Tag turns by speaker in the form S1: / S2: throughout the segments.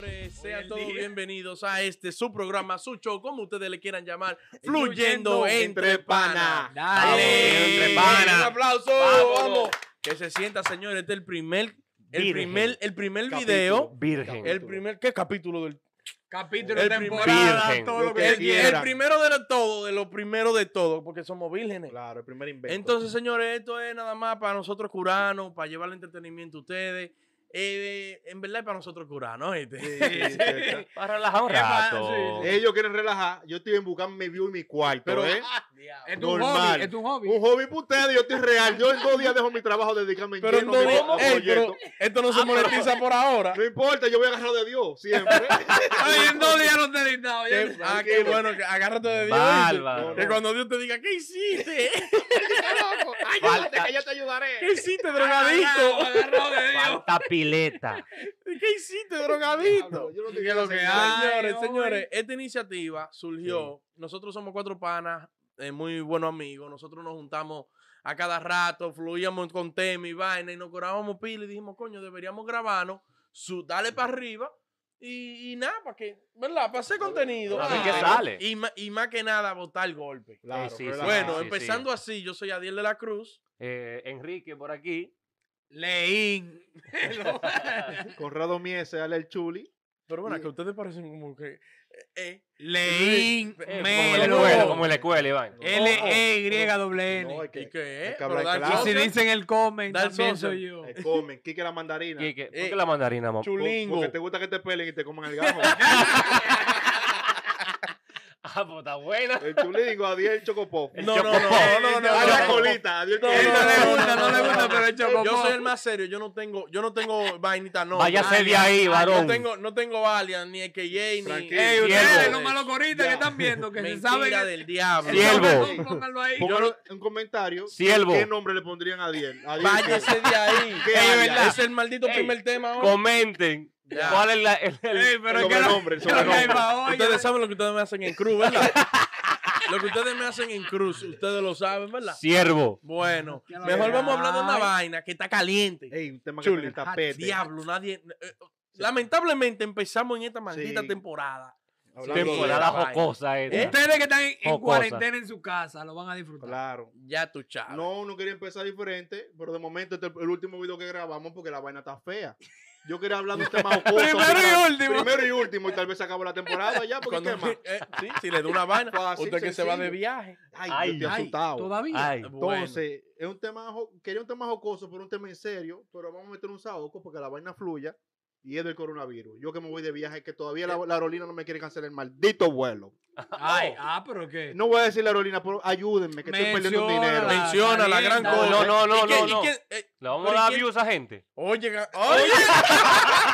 S1: siempre, sean todos bienvenidos a este su programa, su show, como ustedes le quieran llamar, fluyendo entre pana.
S2: Dale.
S1: Entre
S2: Ey,
S1: pana.
S2: un
S1: Un aplauso,
S2: Vámonos.
S1: vamos. Que se sienta, señores, este es el primer el
S3: Virgen.
S1: primer el primer
S2: Capítulo.
S1: video,
S3: Virgen.
S1: el primer qué capítulo del
S2: Capítulo,
S1: El
S2: temporada,
S3: primer-
S2: todo lo que
S1: el,
S2: se
S1: el
S2: quiera.
S1: primero de lo todo, de lo primero de todo, porque somos vírgenes.
S2: Claro, el primer invento.
S1: Entonces, señores, esto es nada más para nosotros curanos, para llevar el entretenimiento a ustedes. Eh, en verdad es para nosotros curanos, ¿oíste?
S2: Sí, sí, sí.
S3: Para relajar un
S2: Es más,
S3: rato.
S2: sí,
S4: Ellos quieren relajar. Yo estoy en buscar mi view y mi cuarto,
S2: Pero,
S4: ¿eh?
S2: es tu
S4: Normal.
S2: hobby, es tu hobby.
S4: Un hobby para ustedes, yo estoy real. Yo en dos días dejo mi trabajo, dedicarme
S1: Pero,
S4: lleno
S1: no,
S4: a mi- a mi
S1: ey,
S4: proyecto.
S1: pero esto no
S2: Ah,
S1: se monetiza por ahora.
S4: No importa, yo voy a agarrar de Dios siempre.
S2: Ay, en dos días no te he dictado, ya
S1: Que-
S2: tú
S1: ah,
S2: sabes.
S1: qué bueno, que agárrate de Dios.
S3: Bárbaro.
S1: ¿oíste? Que cuando Dios te diga, ¿qué hiciste?
S4: Ayúdate, que yo te ayudaré.
S1: ¿Qué hiciste,
S2: Agarrado,
S1: drogadicto?
S2: agarrado de Dios.
S3: Falta pileta.
S1: ¿Qué hiciste, drogadicto?
S4: Yo no
S2: ¿Qué es lo que
S4: señor.
S2: hay?
S1: Señores,
S2: hombre.
S1: señores, esta iniciativa surgió. Nosotros somos cuatro panas, eh, muy buenos amigos. Nosotros nos juntamos a cada rato, fluíamos con temas y vaina y nos curábamos pila y dijimos, coño, deberíamos grabarnos, su, darle para arriba y, y nada, para que, ¿verdad? Para hacer contenido. Ah,
S3: Claro,
S4: ¿y qué
S3: sale?
S1: Y, ma- y más que nada, botar golpe.
S4: Claro,
S3: Sí, sí,
S4: relaja.
S3: sí.
S1: bueno, empezando así, yo soy Adiel de la Cruz.
S3: Eh, Enrique por aquí.
S2: Leín.
S4: Conrado Miese, Ale el Chuli.
S1: Pero bueno, que ustedes parecen como que... eh,
S2: Leín.
S1: Eh,
S3: Eh, como en la
S1: Melo.
S3: escuela,
S2: Melo. E
S3: como en la escuela, Iván.
S2: Eh, L-E-Y-N.
S4: No, hay
S1: eh, ¿Y
S4: que,
S1: qué
S4: hay
S1: es?
S4: que hablar
S1: Pero dar
S4: claro.
S2: Y si
S1: cosas.
S2: dicen el comen,
S1: Dal
S2: también
S1: Sosa.
S2: soy yo.
S4: te comen. eh, Quique la mandarina.
S3: ¿Y qué- ¿Por
S1: Eh,
S3: qué la mandarina, mamá?
S4: Por-
S1: Chulingo.
S4: Porque te gusta que te peleen y te coman el gajo.
S3: Ah, pues está buena.
S4: el chulingo, Adiel Chocopop.
S3: El
S1: No, no, no,
S3: Chocopó.
S1: no, no, no,
S4: A la
S1: no.
S4: colita, Adiel
S1: No,
S2: Él
S4: colita.
S2: no le
S1: no,
S2: gusta,
S1: no,
S2: no le
S1: no,
S2: gusta,
S1: no.
S2: pero el
S1: Yo soy el
S2: chocopó.
S1: más serio, yo no tengo, yo no tengo vainita, no.
S3: Váyase de
S1: Valiant.
S3: ahí,
S1: Yo
S3: varón.
S1: tengo, no tengo alias, ni EKJ, ni.
S4: Tranquilo.
S2: Ey, ustedes,
S3: Siervo.
S2: los malocoritas
S4: Ya.
S2: que están viendo, que se
S1: Mentira
S2: saben.
S1: del diablo.
S3: Siervo.
S2: Pónganlo, pónganlo ahí.
S4: Pónganlo en un comentario.
S3: Siervo.
S4: ¿Qué nombre le pondrían a Adiel? Adiel,
S1: Váyase de ahí.
S4: ¿Qué
S1: Ey,
S4: alias?
S1: ¿verdad? Es el maldito
S3: Ey,
S1: primer tema hoy.
S3: Comenten.
S1: Ya.
S3: ¿Cuál es la, el, el-
S2: Ey, pero es que no-
S4: Sobrenombre,
S2: yo no
S4: sobrenombre.
S2: caigo ahora, yo-
S1: Ustedes saben lo que ustedes me hacen en cruz, ¿verdad? lo que ustedes me hacen en cruz, ustedes lo saben, ¿verdad?
S3: siervo?
S1: Bueno,
S2: Ya lo
S1: mejor
S2: verán.
S1: vamos a hablar de una vaina que está caliente.
S4: Ey, un tema
S1: Chuli.
S4: que está en el tapete.
S1: Ah, Diablo, nadie. eh, Lamentablemente empezamos en esta maldita
S4: Sí.
S1: temporada.
S4: Hablando de-
S3: Temporada
S1: Hablando de-
S3: jocosa esta.
S1: ¿Eh?
S2: Ustedes que están en, en
S3: O cosa.
S2: cuarentena en su casa, lo van a disfrutar.
S4: Claro.
S1: Ya tú, chaval.
S4: No, no quería empezar diferente, pero de momento este es el último video que grabamos porque la vaina está fea. Yo quería hablar de un tema jocoso.
S2: Primero y
S4: tal-
S2: último.
S4: Primero y último, y tal vez se acabó la temporada ya, porque
S1: Cuando-
S4: ¿qué más?
S1: eh, sí, si le da una vaina,
S4: Fácil,
S1: usted que se va de
S4: sencillo.
S1: viaje.
S4: Ay,
S3: Ay,
S4: yo estoy
S2: Ay,
S4: asustado.
S2: Todavía.
S3: Ay,
S4: Entonces, es un tema, jo- quería un tema jocoso, pero un tema en serio, pero vamos a meter un saoco porque la vaina fluya y es del coronavirus. Yo que me voy de viaje, que todavía
S1: Eh.
S4: la, la aerolínea no me quiere cancelar el maldito vuelo.
S2: Ay, ah, pero qué.
S4: No voy a decir la aerolínea, pero ayúdenme, que estoy perdiendo
S2: Menciónala.
S4: dinero.
S2: Menc-
S1: Eh. Menciona la gran
S2: No,
S1: cosa.
S3: no, no, no,
S1: ¿Y qué-
S3: no,
S1: y
S3: no.
S1: qué- eh,
S3: ¿Le vamos a
S1: Pero ¿y
S3: dar
S1: quién-
S3: views a gente?
S1: oye, ga- oye,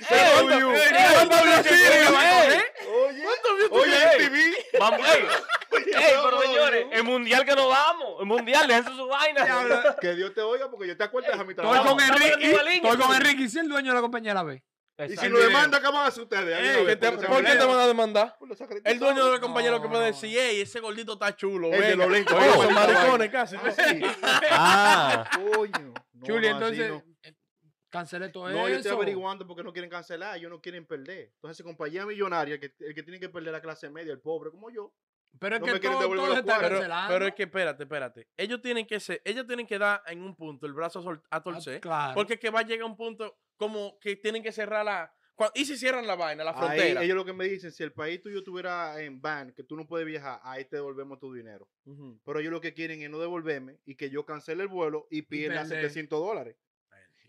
S4: Cero
S1: ¿cuánto-
S4: views.
S1: eh,
S4: Ey,
S1: cuánto
S4: oye,
S1: views tiene que va a coger?
S4: Oye,
S1: ¿Cuánto views
S4: oye,
S1: tiene?
S4: MTV.
S3: Vamos, ey, ey, pero
S4: vamos,
S3: señores,
S4: vamos.
S3: el mundial que nos vamos. El mundial, déjense su vaina.
S4: Que Dios te oiga, porque yo te acuerdas a mi
S3: Estoy
S2: Estoy
S4: trabajo.
S2: con
S3: Vamos, estamos en la
S2: Enrique.
S3: misma línea.
S2: Estoy con Enrique. ¿Y si el dueño de la compañía la ve?
S4: Y
S3: Exacto.
S4: si lo demanda, ¿qué van a hacer ustedes? Ahí
S1: Ey,
S4: una vez,
S1: que te-
S4: porque se
S1: ¿Por qué te
S4: olvida.
S1: van a demandar?
S4: Lo saca de tu
S1: El dueño de la
S4: trabajo.
S1: compañía lo que puede
S2: no.
S1: decir, ey, ese gordito está chulo.
S4: El de
S1: venga".
S4: los lentes.
S1: Oye,
S3: Oh.
S1: son maricones casi. ¿no?
S4: Así.
S3: Ah,
S4: Coño. No,
S2: Chuli,
S4: no, así
S2: entonces,
S4: no.
S2: eh, cancelé todo
S4: No, yo estoy
S2: eso.
S4: averiguando porque no quieren cancelar, ellos no quieren perder. Entonces, compañía millonaria, el que, el que tiene que perder la clase media, el pobre como yo.
S2: Pero es
S4: No
S2: que
S4: me quieren
S2: todo,
S4: devolver
S2: todo
S4: los
S2: se está
S4: cuadros.
S1: Pero,
S2: cancelando.
S1: pero es que espérate, espérate. Ellos tienen que ser, ellos tienen que dar en un punto el brazo a sol- a
S2: Ah,
S1: torcer.
S2: Claro.
S1: Porque es que va a llegar un punto como que tienen que cerrar la. cua- ¿Y si cierran la vaina, la
S4: Ahí,
S1: frontera?
S4: ellos lo que me dicen, si el país tuyo estuviera en ban, que tú no puedes viajar, ahí te devolvemos tu dinero.
S1: Ujú.
S4: Pero ellos lo que quieren es no devolverme y que yo cancele el vuelo y pierda
S2: perder.
S4: 700 dólares.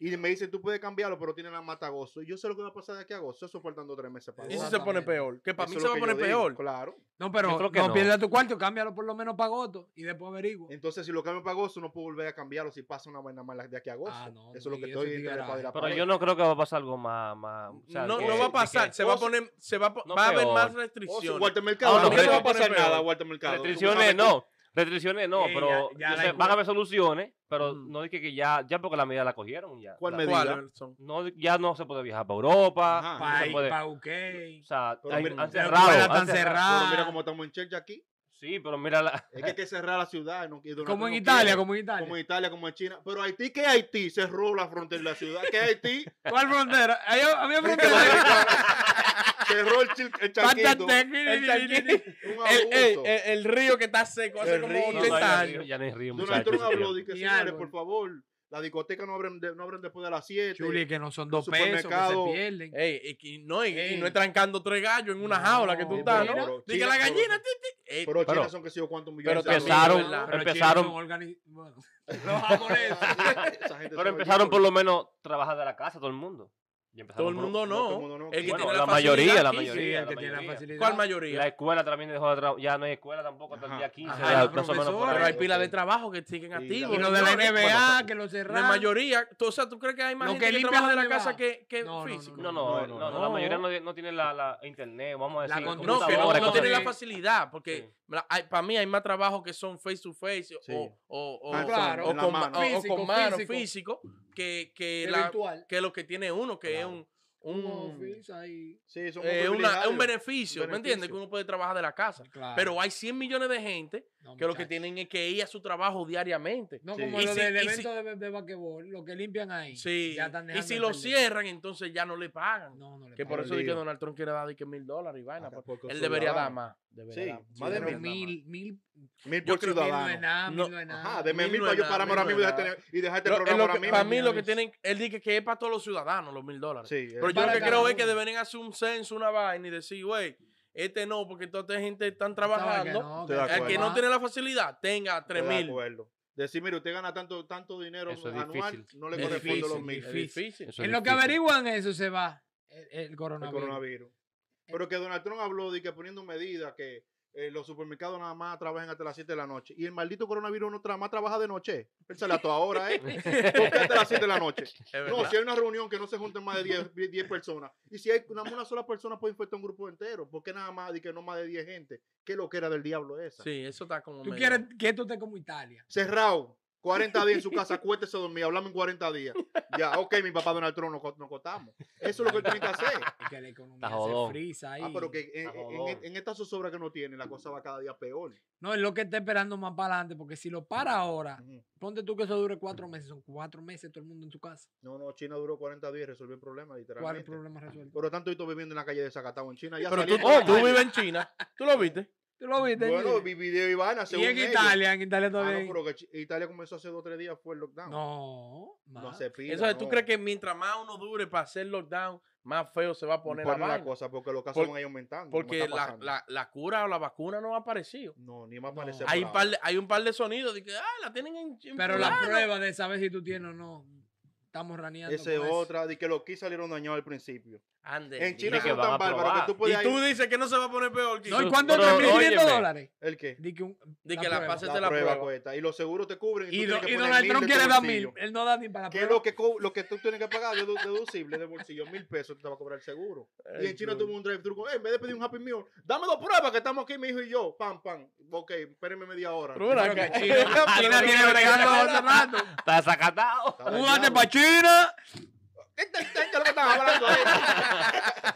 S4: Y me dicen, tú puedes cambiarlo, pero tienen a matagozo. Y yo sé lo que va a pasar de aquí a agosto. Eso faltando tres meses para
S1: ¿Y si
S4: agosto.
S1: se pone
S2: Exactamente.
S1: peor? Que para
S4: Eso
S1: mí
S4: es
S1: se
S4: lo
S1: va a
S4: que
S1: poner
S4: yo digo,
S1: peor.
S4: Claro.
S2: no,
S3: Yo
S2: pero
S3: creo que
S2: no,
S3: no.
S2: pierdas tu cuarto, cámbialo por lo menos para Goto y después Ah, averiguo.
S4: Entonces, si lo cambio para agosto, no puedo volver a cambiarlo si pasa una vaina mala de aquí a agosto.
S2: Ah, no,
S4: eso es lo
S2: y
S4: que
S2: eso
S4: estoy
S2: es
S4: entre la
S2: tigueraje.
S4: espada y la
S3: pero
S4: pared.
S3: yo no creo que va a pasar algo más. más o sea,
S1: No,
S3: que-
S1: no va a pasar,
S3: que-
S1: se va a poner, se va, a po-
S3: no
S1: va a haber
S3: peor.
S1: más
S4: O su
S1: restricciones.
S4: Oh, Walter Mercado.
S3: Ah, no,
S4: a mí no,
S3: pero-
S4: va a pasar
S1: pero-
S4: nada, Walter Mercado. Tú
S3: Restricciones
S4: sabes
S3: no. Restricciones no,
S2: Ey,
S3: pero
S2: ya- ya
S3: yo
S2: la
S3: sé,
S2: hay
S3: van a
S2: cu-
S3: haber soluciones, pero
S1: Ujú.
S3: no dije que ya, ya porque la medida la cogieron ya.
S4: ¿Cuál
S3: La-
S4: medida?
S1: ¿Cuáles son?
S3: No, ya no se puede viajar para Europa,
S4: Ajá.
S3: no
S2: Para
S3: se puede.
S2: pa' UK.
S3: O sea,
S4: Pero
S3: hay-
S4: mira,
S3: han
S4: pero
S3: cerrado.
S2: escuelas
S3: han
S2: están
S3: cerrado.
S4: Pero
S2: cerradas.
S4: mira cómo estamos en church aquí.
S3: Sí, pero mira la.
S4: Es que hay que cerrar la ciudad. no- y donar
S2: Como en
S4: no
S2: Italia,
S4: quiere.
S2: como en Italia.
S4: Como en Italia, como en China. Pero Haití, ¿qué es Haití? Cerró la frontera de la ciudad. ¿Qué es Haití?
S2: ¿Cuál frontera? Ahí había frontera.
S4: Cerró el, chil- el charquito.
S1: El
S2: Pantatec.
S1: charquito.
S4: Un
S1: El, el-
S4: abuso.
S1: el- el río que está seco hace
S4: El
S1: como
S4: río.
S3: No,
S1: 80
S3: no, ya,
S1: años.
S3: ya no hay río,
S4: Donald
S3: muchachos.
S4: Trump habló de que,
S2: Ni
S4: señores,
S2: árbol.
S4: por favor, la discoteca no abren, de- no abren después de las 7.
S2: Chuli, que no son dos pesos, que se
S4: supermercado.
S2: pierden.
S1: Ey, y, que no, y, y
S2: Ey.
S1: no es trancando tres gallos en una
S2: No,
S1: jaula que tú
S2: sí,
S1: estás,
S2: pero-
S1: ¿no?
S4: pero
S1: Dije
S4: China-
S1: la gallina,
S4: pero-
S1: ti, ti. Ey,
S4: Pero China
S3: Pero-
S4: son que sé yo cuántos millones.
S1: pero
S4: de
S1: también-
S4: habitantes.
S3: Empezaron,
S1: ¿verdad?
S2: Pero
S3: empezaron-
S2: chinos son organi- bueno, los japoneses.
S4: Esa gente
S3: Pero
S4: son
S3: empezaron por
S4: horrible.
S3: lo menos a trabajar de la casa todo el mundo. Y empezaron
S1: todo el
S3: por-
S1: mundo
S4: no, todo el mundo
S1: no. El
S4: no.
S1: que
S3: Bueno,
S1: tiene la,
S3: la mayoría,
S1: facilidad
S3: la
S1: aquí,
S3: mayoría.
S2: Sí, el
S3: la
S2: que tiene la
S3: mayoría.
S2: facilidad.
S1: ¿Cuál
S3: La
S1: mayoría?
S3: escuela también dejó de trabajar. Ya no hay escuela tampoco hasta
S4: Ajá.
S3: el día 15.
S2: Ajá,
S3: ya,
S2: los
S3: más o menos por
S2: profesores.
S1: Pero hay
S3: ahí.
S1: pilas de trabajo que siguen
S4: la-
S1: activos.
S2: Y lo de la
S1: señores.
S2: NBA, que lo
S1: La
S2: cerraron.
S1: mayoría. tú- o sea, ¿tú crees que hay más
S2: Lo
S1: gente
S2: que
S1: que,
S2: limpia
S1: trabaja de
S2: la
S1: la
S2: nevada.
S1: casa que, que
S2: No, no, no,
S1: físico?
S3: No, no, eh,
S4: No,
S3: no,
S4: no,
S3: no, la
S1: no.
S3: mayoría no, no tiene la, la internet, vamos a
S2: La
S3: decir.
S2: construcción,
S1: No, que no,
S3: computadora,
S1: no
S3: cosas
S1: tienen la
S3: así.
S1: facilidad, porque
S3: Sí.
S1: para mí hay más trabajo que son face to face o-
S4: Sí.
S1: o, o-
S4: Ah,
S1: o-
S2: claro.
S1: o
S4: En la
S1: con,
S4: mano.
S1: o- o
S2: Físico,
S1: con mano
S2: físico.
S1: físico que, que,
S2: Es
S1: la-
S2: virtual.
S1: que lo que tiene uno, que
S4: Claro.
S1: es un, un,
S2: Un office ahí.
S4: Sí, son Ah,
S1: eh, una-
S4: privilegiados.
S1: un beneficio,
S4: Un
S1: ¿me entiendes? Que
S4: beneficio.
S1: uno puede trabajar de la casa.
S2: Claro.
S1: Pero hay 100 millones de gente
S2: No,
S1: que lo que
S2: muchacho.
S1: tienen es que ir a su trabajo diariamente.
S2: No
S4: Sí.
S2: como
S1: Y
S2: lo
S1: si-
S2: del
S1: y si-
S2: evento de, de basquetbol, lo que limpian ahí.
S1: Sí.
S2: Ya están
S1: Y
S2: dejando
S1: si
S2: de
S1: lo
S2: perder.
S1: cierran, entonces ya no le pagan.
S2: No, no le
S1: Que por
S2: pagan.
S4: Por
S1: eso di que
S4: Dios.
S1: Donald Trump quiere dar di que mil dólares y vaina.
S4: Acá
S1: pero
S4: por
S1: él debería dar
S4: ciudadano.
S1: más.
S4: Sí,
S1: debería dar
S4: más de
S1: debería
S2: Pero
S4: mil.
S1: dar
S2: mil, mil,
S4: Mil
S2: yo
S4: por
S2: creo que mil no es
S4: ciudadano.
S2: nada,
S1: No,
S2: mil no es nada.
S4: Ajá, de mil
S1: Mil
S4: mil
S1: no
S4: para
S1: es
S4: yo
S1: nada,
S4: paramos
S1: mil
S4: ahora
S1: no
S4: mismo y
S1: es
S4: dejarte
S1: nada.
S4: y dejar este
S1: Lo- es
S4: programa
S1: lo
S4: ahora
S1: que-
S4: mismo.
S1: para mí lo que
S2: Millones.
S1: tienen, él dice que es para todos los ciudadanos los mil dólares.
S4: Sí, es-
S1: Pero yo lo
S2: Para
S1: que
S2: cada
S1: creo es que
S2: uno.
S1: deberían hacer un censo, una vaina y decir, güey, este no, porque toda esta gente están trabajando.
S2: No,
S4: Estoy de
S1: El que
S4: acuerdo.
S1: no tiene la facilidad, tenga tres
S4: Estoy de
S1: mil.
S4: acuerdo. Decir, mire, usted gana tanto, tanto dinero
S3: Eso es
S4: anual,
S3: difícil.
S4: no le
S1: Es
S4: corresponde los
S2: difícil,
S4: mil.
S1: Es
S2: difícil.
S1: difícil.
S3: Eso es
S2: En lo que
S3: difícil.
S2: averiguan eso se va el, el
S4: El
S2: coronavirus.
S4: coronavirus. Pero que Donald Trump habló de que poniendo medidas que eh, los supermercados nada más trabajan hasta las 7 de la noche. Y el maldito coronavirus no tra- más trabaja de noche. Pénsale a toda hora, ¿eh? ¿Por qué hasta las 7 de la noche?
S1: Es
S4: No,
S1: verdad.
S4: si hay una reunión que no se junten más de 10, vi- 10 personas. Y si hay una, una sola persona puede infectar un grupo entero. ¿Por qué nada más de que no más de 10 gente? ¿Qué lo que era del diablo esa?
S1: Sí, eso está como.
S2: Tú
S1: medio-
S2: quieres que esto esté como Italia.
S4: Cerrado. 40 días en su casa, cuéntese dormir, hablamos en 40 días. Ya, ok, mi papá Donald Trump, nos, co- nos cotamos. Eso es lo que él tiene que hacer.
S2: Y que la economía
S3: Está jodón.
S2: se frisa ahí.
S4: Ah, pero que en,
S3: Ah,
S4: en-
S3: jodón.
S4: en- en esta zozobra que no tiene, la cosa va cada día peor.
S2: No, es lo que está esperando más para adelante, porque si lo para ahora,
S4: Ujú.
S2: ponte tú que eso dure cuatro meses, son cuatro meses todo el mundo en tu casa.
S4: No, no, China duró 40 días y resolvió el problema,
S2: ¿Cuál es
S4: literalmente.
S2: el problema resuelto?
S4: Por lo tanto, yo estoy viviendo en la calle de Zacatau en China. Ya
S1: Pero tú,
S4: salí de la
S1: tú
S4: calle.
S1: vives en China. ¿Tú lo viste?
S2: ¿Tú lo viste?
S4: Bueno,
S2: Gilles?
S4: vi video y vaina,
S2: y
S4: según
S2: en
S4: ellos.
S2: Italia, en Italia
S4: Ah,
S2: todavía.
S4: no, pero que Chi- Italia comenzó hace dos o tres días, fue el lockdown.
S2: no,
S4: no
S2: más.
S4: se pida,
S1: Entonces, ¿tú
S4: no.
S1: crees que mientras más uno dure para hacer lockdown, más feo se va a poner la
S4: Ponen
S1: vaina?
S4: cosa porque los casos
S1: Por-
S4: van a ir aumentando. como
S1: Porque
S4: está
S1: la,
S4: pasando.
S1: la, la cura o la vacuna no ha aparecido.
S4: No, ni más
S2: No.
S4: parece.
S1: Hay un, par de, hay un par de sonidos de que, ah, la tienen en. en
S2: Pero la
S1: fulano".
S2: prueba de saber si tú tienes o no, estamos raneando.
S4: Esa es
S2: con eso.
S4: otra, de que los kids salieron dañados al principio.
S1: Ande,
S4: En China
S1: dile
S3: que
S4: son
S1: va.
S4: tan
S3: van a
S4: bárbaros que
S3: probar.
S4: tú
S1: Y
S4: puedes
S1: tú
S4: ir-
S1: dices que no se va a poner peor.
S2: No, ¿y
S1: Jesús.
S2: cuánto?
S3: Pero,
S2: ¿3.500
S3: óyeme.
S2: dólares?
S4: ¿El qué?
S2: Di que un-
S1: De
S2: la
S1: que la
S2: prueba.
S1: pases de la prueba.
S4: cuesta. Y los seguros te cubren. tú
S2: Y,
S4: tienes
S2: do-
S4: que
S2: y
S4: poner
S2: Donald
S4: mil
S2: Trump
S4: de tu
S2: quiere dar
S4: bolsillo.
S2: mil. Él no da ni para la
S4: ¿Qué es
S2: prueba.
S4: lo que, co- lo que tú tienes que pagar de deducible de bolsillo? Mil pesos te va a cobrar el seguro. Y en
S1: Ay,
S4: China
S1: tú.
S4: tuvo un drive-thru. con, "Eh, En vez de pedir un Happy Meal, dame dos pruebas que estamos aquí, mi hijo y yo. Pam, pam. Ok, espérenme media hora.
S1: Pero ven
S2: Claro
S1: acá.
S2: que China- China
S1: Pero
S2: tiene
S1: ven
S2: bregando
S1: acá.
S2: hace rato.
S3: Está desacatado.
S4: Está
S2: Múdate
S4: dañado.
S2: para China.
S4: ¿Qué te- qué Este, es lo que están hablando eh. ahí?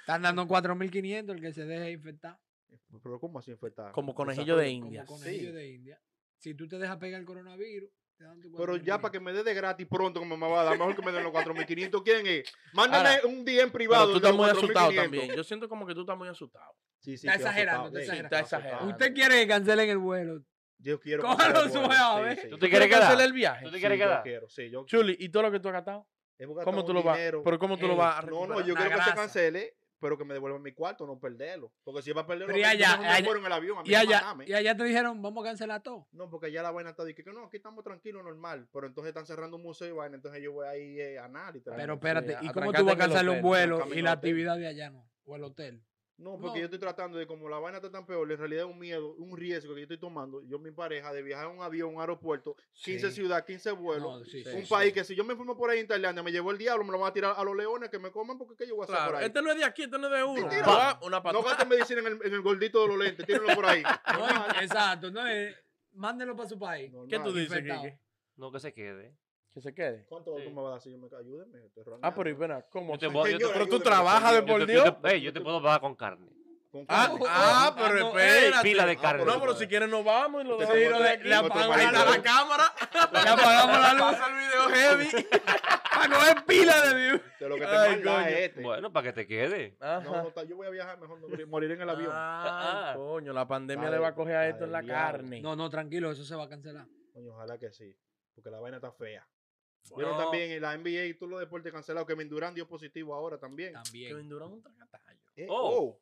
S2: Están dando 4.500 el que se deje infectar.
S4: Pero ¿cómo así infectar?
S1: Como conejillo de India.
S2: Como
S4: Sí.
S2: conejillo de India. Si tú te dejas pegar el coronavirus, te dan tu
S4: Pero ya
S2: 4.500.
S4: para que me dé de gratis pronto, como me va a dar, mejor que me den los 4.500. ¿Quién es? Mándame
S1: Ahora,
S4: un día en privado.
S1: Pero tú
S4: de
S1: estás
S4: los
S1: muy asustado
S4: 4.500.
S1: también. Yo siento como que tú estás muy asustado.
S4: Sí, sí,
S2: Está
S4: estoy
S2: exagerando,
S4: asustado. eh.
S2: está
S4: Sí,
S1: exagerando. Está
S4: asustado.
S2: Usted quiere que cancelen el vuelo.
S4: Yo quiero.
S2: Cójalo
S4: cancelar el
S2: su
S4: vuelo.
S2: java, ¿eh?
S4: Sí,
S3: ¿Tú
S4: sí.
S3: te quieres
S1: cancelar
S3: quedar?
S1: el viaje?
S3: ¿Tú te quieres
S4: Sí, yo
S3: quedar?
S4: quiero, sí, yo
S1: Chuli, ¿y todo lo que tú has gastado?
S4: Hemos gastado
S1: ¿Cómo tú
S4: un
S1: lo vas?
S4: dinero. Eh,
S1: ¿Pero cómo tú lo
S2: Ey,
S1: vas a
S4: No, no,
S1: recuperar?
S4: yo
S2: Una
S4: quiero que se
S2: grasa.
S4: cancele, pero que me devuelvan mi cuarto, no perderlo. Porque si va a perderlo,
S2: Pero y
S4: a mí, yo
S2: allá,
S4: mejor me
S2: allá-
S4: muero en el avión, a mí
S2: Y
S4: no
S2: allá,
S4: matame.
S2: y allá te dijeron, vamos a cancelar todo.
S4: No, porque ya la vaina está de que que no, aquí estamos tranquilos, normal. Pero entonces están cerrando un museo y vaina, entonces yo voy ahí eh, a nada,
S2: Pero
S4: literalmente.
S2: espérate,
S1: sí,
S2: ¿y cómo
S1: atrancate
S2: tú vas a
S1: en el
S2: cancelar un
S1: hotel,
S2: vuelo
S4: camino
S2: y
S4: al
S2: la
S4: hotel.
S2: actividad de allá no? O el hotel.
S4: No, porque
S2: no.
S4: yo estoy tratando de, como la vaina está tan peor, en realidad es un miedo, un riesgo que yo estoy tomando, yo mi pareja, de viajar en un avión, un aeropuerto, 15
S2: Sí.
S4: ciudades, 15 vuelos.
S2: No, sí,
S1: sí,
S4: un
S2: sí.
S4: país que si yo me fumo por ahí en Tailandia, me llevó el diablo, me lo van a tirar a los leones que me coman porque ¿qué yo voy a hacer
S1: Claro,
S4: por ahí.
S1: este no es de aquí, este no es de uno.
S4: Tira.
S1: Va, Una
S4: No
S1: patada.
S4: gasten medicina en el, en el gordito de los lentes, tírenlo por ahí.
S2: No, exacto, no es. Mándenlo para su país.
S1: ¿Qué tú
S4: Normal.
S1: dices,
S2: Infectado.
S1: Kike?
S3: No, que se quede.
S1: Que se quede.
S4: ¿Cuánto
S3: Sí.
S4: tú me vas a dar si yo me ayúdenme? estoy
S1: Ah, pero
S4: roneando.
S1: y pena, ¿cómo?
S3: Yo te
S1: así?
S3: voy- yo te-
S1: Pero tú
S4: ayúdeme,
S1: trabajas de
S4: señor.
S1: por
S3: Yo te-
S1: Dios.
S3: Yo te, ey, yo te puedo pagar con carne.
S4: Con
S1: Ah,
S4: carne.
S1: ah, pero
S2: Ah, no, ey,
S1: espérate.
S3: pila de carne.
S1: No, pero si quieren nos vamos y lo
S4: Te
S1: dejamos.
S4: tiro de
S1: ahí.
S4: aquí,
S1: Le
S4: no te
S1: apagamos-
S4: vayas.
S1: ahí está la cámara.
S2: Le apagamos la luz. Ah,
S1: Pasa el video heavy. Para no es pila de view.
S4: De lo que te
S1: Ay,
S4: manda
S1: coño.
S4: es este.
S3: Bueno, para que te quede.
S1: Ajá.
S4: No, no, está- yo voy a viajar mejor, no, morir en el avión.
S1: Ah,
S3: Ah.
S1: coño, la pandemia
S4: Padre-
S1: le va a coger a esto
S4: padre
S1: en la
S4: diablo.
S1: carne.
S2: No, no, tranquilo, eso se va a cancelar.
S4: Coño, ojalá que sí. Porque la vaina está fea.
S1: Bueno,
S4: Vieron
S3: Oh.
S4: también en la NBA y todos los deportes cancelados que Durant dio positivo ahora también.
S1: Kevin
S2: También.
S1: Durant un tragatallo.
S4: Eh,
S3: Ah. Oh.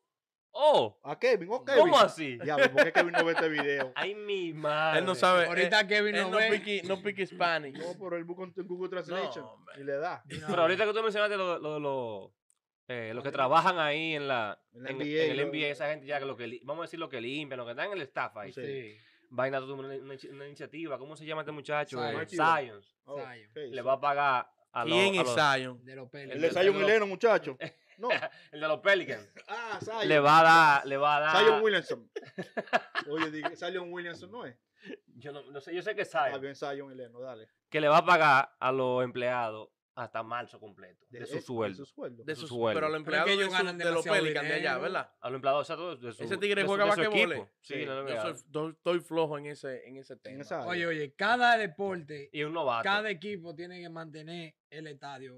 S3: Oh,
S4: ¿A Kevin? ¿O Kevin?
S3: ¿cómo así?
S4: Diablo, ¿por qué Kevin no ve este video?
S3: Ay, mi madre.
S1: Él no sabe.
S2: Ahorita
S1: eh,
S2: Kevin
S1: él
S2: no
S1: no
S2: ve.
S1: pique, no pique Spanish.
S4: No, pero él busca en Google Translation
S1: No, hombre.
S4: y le da.
S3: Pero ahorita que tú mencionaste lo de lo, lo- eh, los que trabajan ahí en la,
S4: En la
S3: en-
S4: NBA,
S3: en el
S4: lo-
S3: NBA, esa gente ya que lo que li- vamos a decir lo que limpian, lo que están en el staff ahí.
S4: Sí.
S2: Sí.
S3: Vaina tuvo una, una inci- una iniciativa, ¿cómo se llama este muchacho? Eh,
S4: Zion.
S3: Zions.
S4: Oh,
S2: Zion.
S4: ok,
S3: Le
S4: sí.
S3: va a pagar a los,
S1: ¿Quién
S3: a
S1: es
S3: los-
S1: Zion?
S2: De los pelos.
S4: El
S3: de
S4: de Zion
S2: los-
S4: Heleno, muchacho. No.
S3: el de los Pelicans.
S4: Ah, Zion.
S3: le va a dar, le va a dar.
S4: Zion Williamson. Oye, dije, Zion Williamson no es.
S3: Yo no, no sé, yo sé que
S4: Ah,
S3: Zion,
S4: bien, Zion Heleno, dale.
S3: que le va a pagar a los empleados hasta marzo completo de, su
S4: eh,
S3: sueldo.
S4: De su sueldo.
S1: De
S3: Su
S1: sus,
S3: sueldo.
S1: pero los
S3: Pero
S2: es
S1: empleados
S2: que
S1: de,
S2: ellos
S1: su-
S2: ganan
S1: de los
S2: demasiado
S1: Pelicans de allá,
S2: dinero.
S1: ¿verdad?
S3: A los empleados, o sea, de- de su,
S1: Ese tigre
S3: de su-
S1: juega
S3: de su
S1: basquetbol,
S3: equipo.
S1: eh.
S3: Sí,
S1: Sí,
S3: en la NBA.
S1: Yo soy, do- estoy flojo en ese, en ese
S3: este
S1: tema.
S4: En esa área.
S2: Oye, oye, cada deporte,
S3: Y un novato.
S2: cada equipo tiene que mantener el estadio.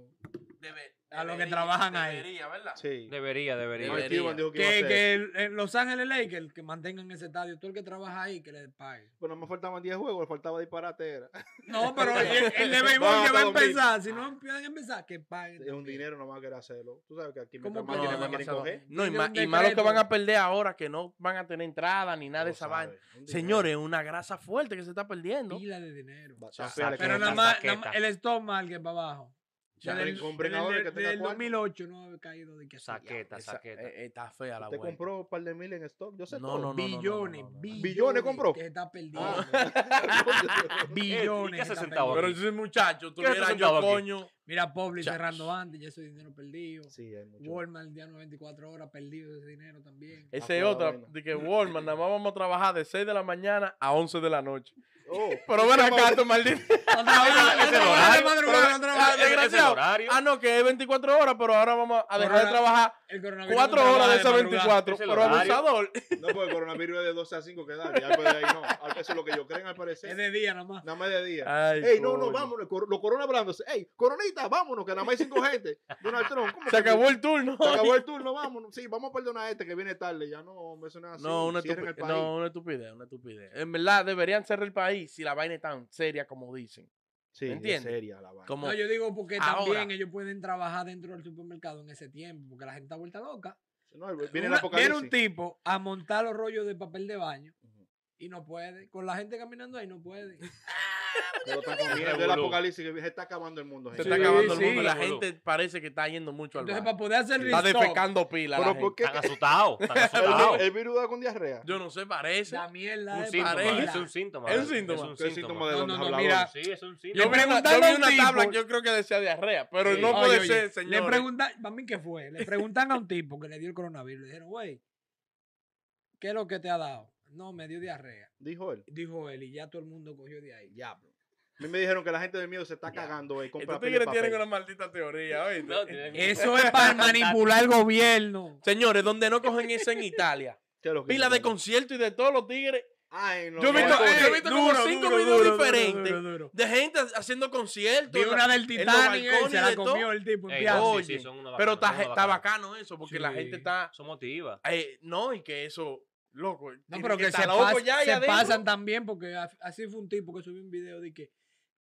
S1: Debe-
S2: A los que
S1: debería-
S2: trabajan ahí.
S1: debería, ¿verdad?
S4: Sí.
S3: Debería, debería.
S1: Debe-
S4: Mark Cuban dijo que iba a
S2: Que,
S4: hacer
S2: que el- el Los Ángeles Lakers que mantengan ese estadio, tú el que trabaja ahí que le pague.
S4: Bueno, Pues me faltaban 10 juegos, faltaba disparate. Era.
S2: No, pero el, el de béisbol que
S4: Vamos
S2: va a
S4: hasta domingo.
S2: empezar, si no empiezan a empezar, que pague.
S4: Es un
S2: también.
S4: dinero nomás que era hacerlo. Tú sabes que aquí
S2: ¿Cómo
S4: mientras
S1: No,
S4: más dinero
S2: que
S4: más quieren
S1: demasiado.
S4: coger.
S1: No, y,
S2: Tiene
S1: ma-
S2: un
S1: y más los que
S2: decreto.
S1: van a perder ahora, que no van a tener entrada ni nada
S4: Tú
S1: de
S4: lo
S1: esa vaina.
S4: sabes, un dinero.
S1: Señores, una grasa fuerte que se está perdiendo.
S2: Pila de dinero.
S4: Va-
S3: sea,
S4: está fea la
S3: saca-
S2: Pero
S4: economía.
S2: nada
S3: una
S2: más, nada
S3: saqueta.
S2: más el stock market para abajo.
S4: Ya,
S2: Desde
S4: pero
S2: el-
S4: compren
S2: desde el-
S4: ahora que tenga
S2: desde el
S4: cuarto.
S2: 2008 no ha caído de que así.
S3: Saqueta,
S1: Esa-
S3: saqueta.
S1: eh, eh, está fea la
S4: Te
S1: vuelta.
S4: compró un par de mil en stock. Yo sé
S1: No,
S4: todo.
S1: no, no.
S2: billones,
S1: no, no, no.
S2: billones.
S4: ¿Billones compró?
S2: Que se está perdiendo.
S4: Ah.
S2: billones.
S3: ¿Y qué se
S2: que está
S3: sentaba?
S1: Pero
S2: perdiendo.
S1: ese muchacho, tú
S3: ¿Qué
S1: vieras
S3: estás
S1: yo,
S3: sentado aquí?
S1: coño.
S2: Mira, Publi
S1: Chas.
S2: cerrando antes, ya ese dinero perdido.
S4: sí, hay mucho.
S2: Walmart ya 94 horas perdido ese dinero también.
S1: Ese es
S4: Afuera,
S1: otra,
S4: vaina.
S1: de que Walmart, nada más vamos a trabajar de 6 de la mañana a 11 de la noche.
S4: Oh,
S1: Pero ven acá, tú maldito.
S2: No trabaja, no
S3: ese
S2: trabaja de
S3: horario,
S2: madrugada, no
S1: Ah,
S2: trabaja.
S3: Ese- ese
S1: desgraciado.
S3: horario.
S1: Ah, no, que es 24 horas, pero ahora vamos a dejar de
S2: Corona-
S1: trabajar
S2: El coronavirus
S1: 4
S2: no
S1: horas
S2: trabaja
S1: de esas
S2: madrugada.
S1: 24.
S3: Es el
S1: Pero
S3: horario.
S1: abusador.
S4: no, porque el coronavirus es de 12 a 5 que da. Ya después de ahí no. Ah, Eso es lo que yo creen al
S2: Es
S4: parecer.
S2: de día nomás.
S4: Nada más de día.
S1: Ay,
S4: Ey, no, no,
S1: coño.
S4: vámonos. cor- Los corona hablándose. Ey, coronita, vámonos, que nada más hay 5 gente. Donald Trump, ¿cómo
S1: Se
S4: que tú-
S1: acabó el turno.
S4: Se acabó el turno, vámonos. Sí, vamos a perdonar a este que viene tarde. Ya no, hombre, eso no es así.
S1: No, una
S4: Cierren el
S1: estupidez,
S4: país.
S1: no, una estupidez, una estupidez. En verdad, deberían cerrar el país si la vaina es tan seria como dicen.
S4: sí, es
S1: ¿entiendes?
S4: seria la vaina.
S1: Como,
S2: No, yo digo porque
S1: Ahora.
S2: también ellos pueden trabajar dentro del supermercado en ese tiempo, porque la gente está vuelta loca.
S4: No, viene el
S2: Una- viene
S4: apocalipsis.
S2: un tipo a montar los rollos de papel de baño y no puede. Con la gente caminando ahí no puede.
S4: Pero están comiendo el
S3: Revolú.
S4: apocalipsis que se está acabando el mundo.
S1: se
S4: gente.
S1: está
S2: Sí,
S1: acabando
S2: sí.
S1: el mundo. La
S3: Boludo.
S1: gente parece que está yendo mucho al baño.
S2: Entonces, para poder hacer
S1: Está
S2: restock,
S1: defecando pila la
S4: Pero
S1: gente.
S4: ¿por qué?
S3: Están asustados, están
S4: El,
S3: asustados.
S4: vi- el virus da con diarrea.
S1: Yo no sé, parece.
S2: la mierda
S3: Un
S2: de
S3: síntoma,
S2: papel.
S1: pareja.
S3: es un síntoma.
S1: Es un síntoma.
S4: Que es síntoma de
S2: No,
S4: los
S2: no, no,
S4: habladores.
S2: mira.
S3: Sí, es un síntoma.
S1: Yo vi, una,
S2: preguntaba
S1: yo vi
S2: a un
S1: una tabla
S2: tipo-
S1: que yo creo que decía diarrea, pero
S3: Sí.
S1: no
S2: Oye,
S1: puede
S2: oye,
S1: ser,
S2: Le
S1: señor.
S2: preguntan, para mí qué fue, le preguntan a un tipo que le dio el coronavirus, le dijeron, güey, ¿qué es lo que te ha dado? No, me dio diarrea.
S4: Dijo él.
S2: Dijo él, y ya todo el mundo cogió de ahí.
S4: Diablo. A mí me dijeron que la gente del miedo se está
S1: Ya.
S4: cagando, güey. Compra
S1: Estos
S4: papel de
S1: tigres tienen
S4: papel.
S1: una maldita teoría, ¿oíste?
S3: No, tienen-
S2: Eso es para manipular el gobierno.
S1: Señores, donde no cogen eso en Italia.
S4: ¿Qué es lo que
S1: Pila de
S4: dicen?
S1: conciertos y de todos los tigres.
S4: Ah, en los
S1: Yo he visto- eh,
S4: balcones.
S1: yo he visto como cinco videos diferentes.
S2: duro, duro.
S1: De gente haciendo conciertos.
S2: Vi
S1: en la-
S2: una del
S1: los
S2: Titanic, eh,
S1: balcones
S2: se
S1: de
S2: la
S1: todo.
S2: comió el tipo. en
S3: Ey,
S2: Piazza.
S3: no,
S1: Oye,
S3: sí, sí, son una
S1: Pero
S3: bacana,
S1: está,
S3: son una
S1: está
S3: bacana.
S1: bacano eso, porque la
S2: Sí.
S1: gente está.
S3: Eso motiva.
S1: eh, no, y que eso, loco. eh,
S2: No,
S1: tiene
S2: pero que,
S1: estar
S2: se,
S1: loco
S2: pas-
S1: ya y
S2: se
S1: adentro.
S2: pasan también, porque a- así fue un tipo que subió un video de que,